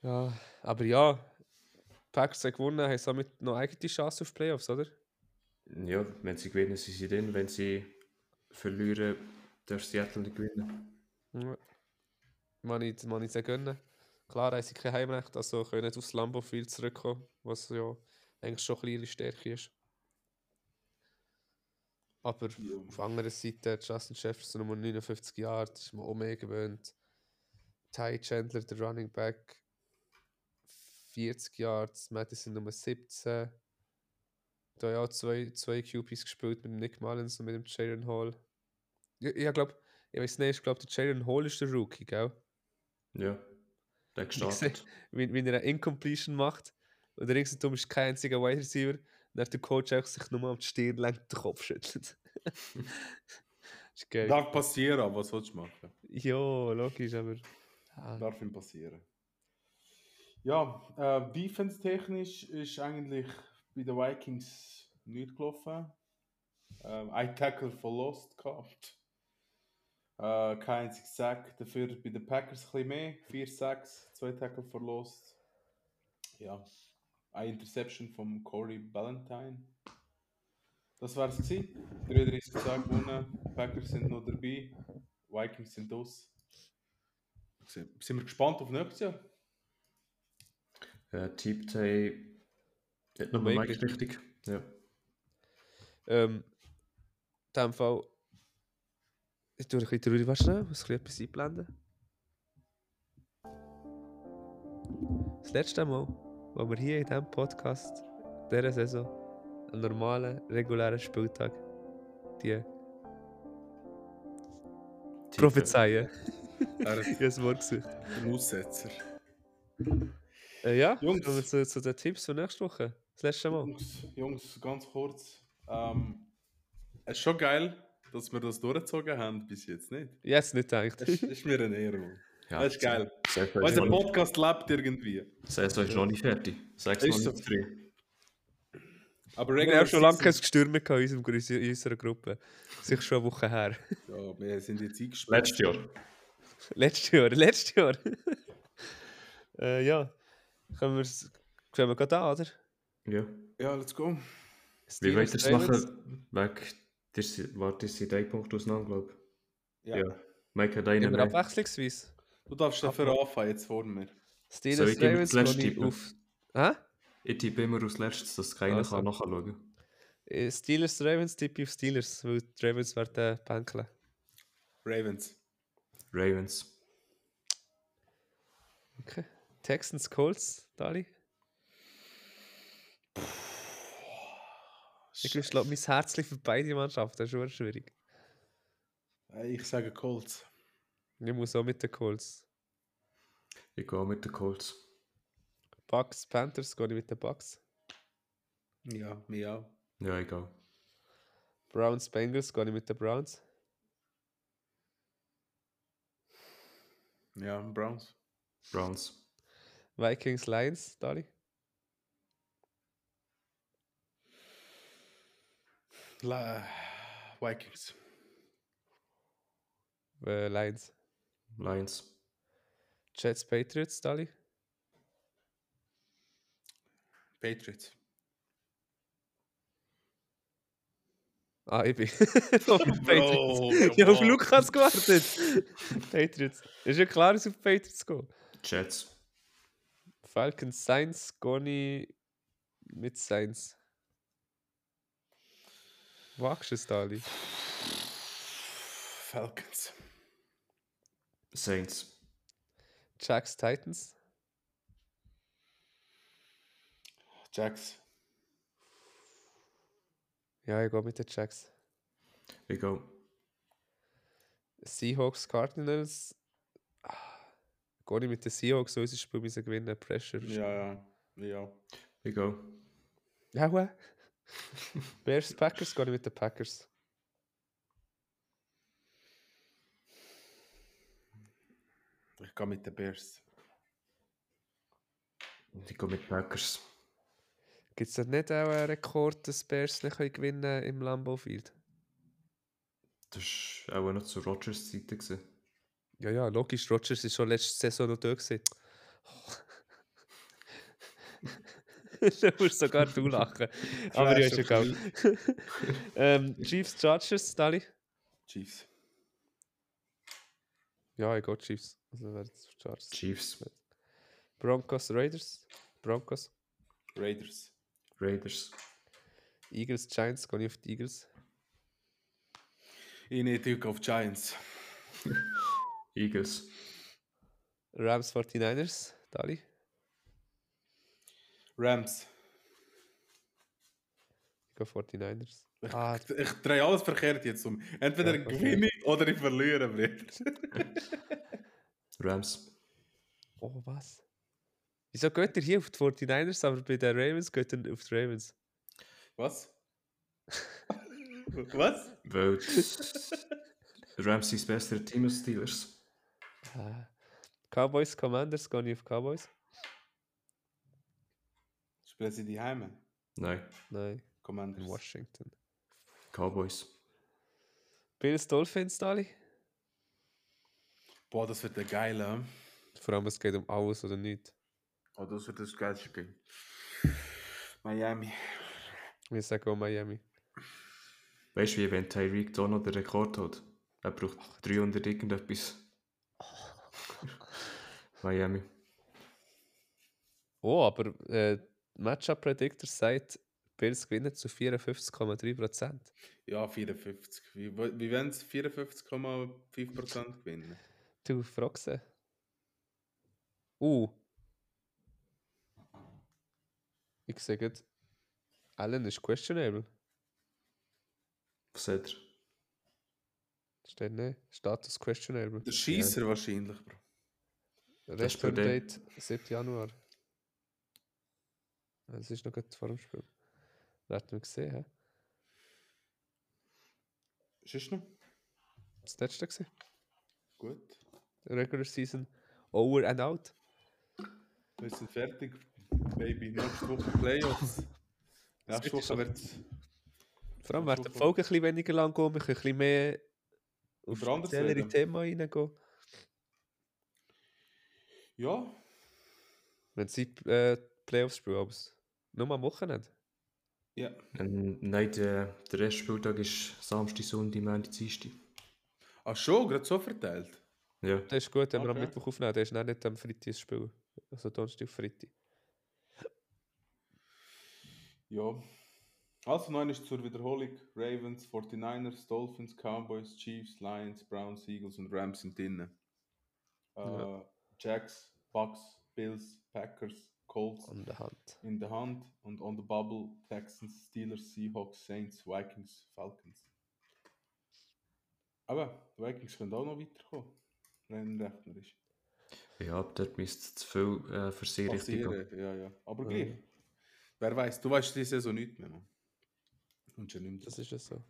Speaker 2: Ja, aber ja, die Packers haben gewonnen, haben somit noch eigene Chance auf die Playoffs, oder?
Speaker 3: ja, wenn sie gewinnen, sind sie drin. Wenn sie verlieren, darf Seattle nicht gewinnen.
Speaker 2: Ja. Man ich, man ich gönnen. Klar, haben sie kein Heimrecht, also können nicht aufs Lambo viel zurückkommen, was ja eigentlich schon eine kleine Stärke ist. Aber
Speaker 1: Ja.
Speaker 2: auf der anderen Seite, Justin Jefferson um 59 Jahre, das ist man auch mehr gewöhnt. Ty Chandler, der Running Back, 40 Yards, Madison Nummer 17. Da ja auch zwei, zwei QPs gespielt mit dem Nick Mullins und mit dem Jalen Hall. Ja, ich glaube, ich weiß nicht, ich glaube, der Jalen Hall ist der Rookie, gell?
Speaker 3: Ja, der gestartet.
Speaker 2: Wenn, wenn er eine Incompletion macht und ringsum ist kein einziger Wide Receiver, dann hat der Coach auch sich nur am Stirn lang den Kopf schüttelt. ist geil.
Speaker 1: Darf passieren, aber was sollst du machen?
Speaker 2: Ja, logisch, aber. Ah,
Speaker 1: Darf ihm passieren. Ja, äh, defense-technisch ist eigentlich bei den Vikings nichts gelaufen. Ähm, ein Tackle von Lost gehabt. Äh, kein einziger Sack. Dafür bei den Packers ein bisschen mehr. Vier Sacks, zwei Tackle von Lost. Ja, eine Interception von Corey Ballantyne. Das war es. 33 Sack gewonnen. Packers sind noch dabei. Vikings sind aus. Sind sind wir gespannt auf nächstes Jahr?
Speaker 3: Äh, Tip Tay hat nochmal
Speaker 2: Mike.
Speaker 3: Mike richtig. Ja.
Speaker 2: Ähm, in dem Fall. Ich tue ein bisschen traurig, weißt du, ich muss ein bisschen etwas einblenden. Das letzte Mal, wo wir hier in diesem Podcast, dieser Saison, am normalen, regulären Spieltag, die
Speaker 3: Tipp,
Speaker 2: Prophezeien,
Speaker 1: Er ist
Speaker 2: ich habe das Wort gesucht.
Speaker 1: ein Aussetzer.
Speaker 2: Äh, ja,
Speaker 1: Jungs.
Speaker 2: kommen wir zu, zu den Tipps von nächste Woche. Das letzte Mal.
Speaker 1: Jungs, Jungs, ganz kurz. Ähm, es ist schon geil, dass wir das durchgezogen haben bis jetzt nicht.
Speaker 2: Jetzt nicht gedacht.
Speaker 1: Das ist, ist mir eine Ehre. Mann.
Speaker 3: Ja,
Speaker 1: das ist geil.
Speaker 3: Saison ist
Speaker 1: Unser
Speaker 3: noch nicht-
Speaker 1: Podcast lebt irgendwie.
Speaker 3: Saison ist noch nicht fertig. Sechs
Speaker 1: Ist
Speaker 3: noch
Speaker 1: so.
Speaker 3: nicht frei.
Speaker 1: Aber
Speaker 2: Wir haben schon lange kein
Speaker 1: Season-
Speaker 2: Gestürm mehr gehabt in, unserem Gru- in unserer Gruppe. Sich schon eine Woche her.
Speaker 1: Ja, wir sind jetzt eingespielt.
Speaker 3: Letztes Jahr.
Speaker 2: Letztes Jahr, letztes Jahr. äh, ja, können wir es können wir gerade an, oder?
Speaker 3: Ja.
Speaker 1: Ja, let's go.
Speaker 3: Wie
Speaker 2: Steelers,
Speaker 3: wollt ihr es
Speaker 2: Ravens.
Speaker 3: machen? Weg. Ihr seid- Warte, ihr seid ein Punkt auseinander, glaube ich.
Speaker 1: Ja.
Speaker 3: Mike hat
Speaker 2: Gehen wir
Speaker 3: einen. mehr.
Speaker 2: abwechslungsweise.
Speaker 1: Du darfst dafür anfangen, jetzt vor mir.
Speaker 2: Steelers,
Speaker 3: ich dir
Speaker 2: Ravens,
Speaker 3: das letzte
Speaker 2: wo ich
Speaker 3: tippen?
Speaker 2: auf... Hä?
Speaker 3: Ich tippe immer als letztes, dass keiner
Speaker 2: Also.
Speaker 3: kann nachschauen kann.
Speaker 2: Äh, Steelers, Ravens, tippe ich auf Steelers, weil äh, die Ravens werden bänkeln.
Speaker 1: Ravens.
Speaker 3: Ravens.
Speaker 2: Okay. Texans, Colts, Dali. Ich glaube, ich glaube, mein Herz liegt für beide Mannschaften. Das ist schon schwierig.
Speaker 1: Äh, Ich sage Colts.
Speaker 2: Ich muss auch mit den Colts.
Speaker 3: Ich gehe mit den Colts.
Speaker 2: Bucks, Panthers, gehe ich mit den Bucks.
Speaker 1: Ja, mir auch.
Speaker 3: Ja, egal.
Speaker 2: Browns, Bengals, gehe ich mit den Browns.
Speaker 1: Ja, Browns.
Speaker 3: Browns.
Speaker 2: Vikings, Lions, Dali.
Speaker 1: La Vikings.
Speaker 2: Äh, Lions.
Speaker 3: Lions.
Speaker 2: Jets, Patriots, Dali.
Speaker 1: Patriots.
Speaker 2: Ah, ich bin. auf die Patriots.
Speaker 1: Bro,
Speaker 2: Ich habe auf
Speaker 1: Mann.
Speaker 2: Lukas gewartet. Patriots. Ist ja klar, dass ich auf Patriots gehe.
Speaker 3: Jets.
Speaker 2: Falcons, Sainz, Goni mit Sainz. Wagst du es, Dali?
Speaker 1: Falcons.
Speaker 3: Saints.
Speaker 2: Jacks, Titans.
Speaker 1: Jacks.
Speaker 2: Ja, ich gehe mit den Jacks.
Speaker 3: Ich gehe.
Speaker 2: Seahawks, Cardinals. Ah, Gehe ich mit den Seahawks, so ist das Spiel müssen gewinnen. Pressure.
Speaker 1: Ja, ja. Ja.
Speaker 3: Ich gehe.
Speaker 2: Ja, hua. Bears, Packers, gehe ich mit den Packers.
Speaker 1: Ich gehe mit den Bears.
Speaker 3: Ich gehe mit Packers.
Speaker 2: Gibt es nicht auch einen Rekord, dass die Bears nicht können gewinnen können im Lambeau Field?
Speaker 3: Das war auch noch zu Rodgers Seite. Gewesen.
Speaker 2: Ja, ja, logisch. Rogers ist schon letzte Saison noch da. Gewesen. da musst sogar du lachen. Aber ja, ist egal. ähm, Chiefs, Chargers, Dali?
Speaker 1: Chiefs.
Speaker 2: Ja, ich gehe Chiefs. Also wäre es Chargers.
Speaker 3: Chiefs.
Speaker 2: Broncos, Raiders? Broncos.
Speaker 1: Raiders.
Speaker 3: Raiders.
Speaker 2: Eagles, Giants, gehe ich auf die Eagles.
Speaker 1: Ich nehme Duke auf Giants.
Speaker 3: Eagles.
Speaker 2: Rams, 49ers, Dali?
Speaker 1: Rams.
Speaker 2: Ich gehe 49ers. Ah,
Speaker 1: Ich, ich drehe alles verkehrt jetzt um. Entweder
Speaker 2: Ja, okay.
Speaker 1: gewinne ich oder ich verliere, Bruder.
Speaker 3: Rams.
Speaker 2: oh, was? Wieso geht ihr hier auf die 49ers, aber bei den Ravens geht ihr auf die Ravens?
Speaker 1: Was? Was?
Speaker 3: Weil die Rams sind das bessere Team als die Steelers.
Speaker 2: Ah. Cowboys, Commanders, gehe ich auf Cowboys.
Speaker 1: Spielen sie die Heime?
Speaker 3: Nein,
Speaker 2: Nein, in
Speaker 1: Commanders.
Speaker 2: Washington.
Speaker 3: Cowboys.
Speaker 2: Bills Dolphins, Dali?
Speaker 1: Boah, das wird der geile.
Speaker 2: Vor allem, es geht um alles oder nichts.
Speaker 1: Oh, das wird das geilste Spiel. Miami.
Speaker 2: Wir sagen auch Miami.
Speaker 3: Weißt du, wie wenn Tyreek Donald den Rekord hat? Er braucht 300 irgendetwas. Miami.
Speaker 2: Oh, aber äh, Matchup Predictor sagt, Bills gewinnen zu 54,3%.
Speaker 1: Ja, 54. Wie, wo- wie wollen sie 54,5% gewinnen?
Speaker 2: Du fragst sie. Uh. Ich sage, Allen ist questionable.
Speaker 3: Was sagt er?
Speaker 2: Steht nicht. ne, Status questionable.
Speaker 1: Der Schießer wahrscheinlich, Bro.
Speaker 3: ist bei
Speaker 2: Return
Speaker 3: dem.
Speaker 2: Date 7. Januar. Ja, Das ist noch gut vor dem Spiel. Wer hat man gesehen, hä?
Speaker 1: Ist noch?
Speaker 2: Das letzte gesehen.
Speaker 1: Gut.
Speaker 2: Regular Season. Over and out.
Speaker 1: Wir sind fertig, Baby. Nächste Woche Playoffs. Nächste
Speaker 2: wird
Speaker 1: Woche
Speaker 2: schon-
Speaker 1: wird
Speaker 2: Vor allem
Speaker 1: Ja,
Speaker 2: werden die
Speaker 1: super.
Speaker 2: Folgen ein bisschen weniger lang gehen. Wir können ein bisschen mehr auf
Speaker 1: Über anderes
Speaker 2: speziellere
Speaker 1: reden.
Speaker 2: Themen reingehen.
Speaker 1: Ja,
Speaker 2: Wenn sie äh, die Playoffs spielen, aber es- nur am Wochenende.
Speaker 1: ja.
Speaker 3: Ähm, Nein, der, der Restspieltag ist Samstag, Sonntag, Montag, Dienstag.
Speaker 1: Ach Ah, schon, gerade so verteilt.
Speaker 3: Ja,
Speaker 2: Das ist gut, wenn wir am
Speaker 1: Okay.
Speaker 2: Mittwoch aufnehmen. Das ist dann nicht am Freitag das Spiel. Also Donnerstag auf Freitag.
Speaker 1: Ja. Also neun ist zur Wiederholung. Ravens, 49ers, Dolphins, Cowboys, Chiefs, Lions, Browns, Eagles und Rams sind drinnen. Äh,
Speaker 2: Ja.
Speaker 1: Jacks, Bucks, Bills, Packers, Colts
Speaker 2: An der Hand.
Speaker 1: in der Hand und on the bubble Texans, Steelers, Seahawks, Saints, Vikings, Falcons. Aber die Vikings können auch noch weiterkommen, rein rechnerisch.
Speaker 3: ja ab dort müsste es zu viel äh, für sie richtig gehen.
Speaker 1: Passieren, ja, ja. Aber
Speaker 2: Ja.
Speaker 1: gleich. Wer weiß, du weißt diese Saison nicht mehr, Mann. Und schon nimmt
Speaker 2: Das ist ja so.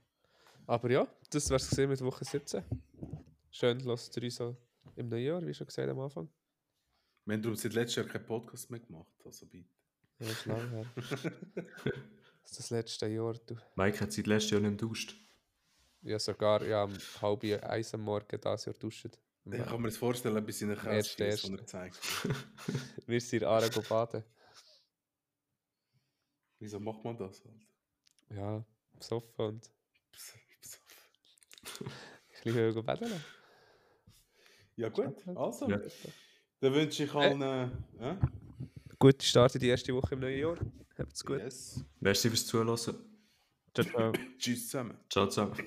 Speaker 2: Aber ja, das wär's gesehen mit Woche 17. Schön, lasst ihr uns auch im neuen Jahr, wie schon gesagt am Anfang.
Speaker 1: Wir haben darum seit letztem Jahr keinen Podcast mehr gemacht, also bitte.
Speaker 2: Ja, das ist lange her. das ist das letzte Jahr. Du.
Speaker 3: Mike hat seit letztem Jahr nicht mehr duscht.
Speaker 2: Ja, sogar ja, um halb eins am Morgen dieses Jahr duschen.
Speaker 1: Ich kann mir das vorstellen, bis in einer Käse
Speaker 2: Erste,
Speaker 1: schießt, die
Speaker 2: erste.
Speaker 1: er zeigt.
Speaker 2: Wir sind in Aarau baden.
Speaker 1: Wieso macht man das? Alter?
Speaker 2: Ja, besoffen und
Speaker 1: Pss, pss.
Speaker 2: ein bisschen höher baden.
Speaker 1: Ja gut,
Speaker 2: Okay.
Speaker 1: also.
Speaker 3: Ja.
Speaker 1: Dann wünsche ich allen... Äh, äh?
Speaker 2: Gut, startet die erste Woche im neuen Jahr. Habt's gut.
Speaker 1: Yes.
Speaker 3: Merci fürs Zuhören.
Speaker 2: Ciao, ciao.
Speaker 1: Tschüss zusammen.
Speaker 3: Ciao zusammen.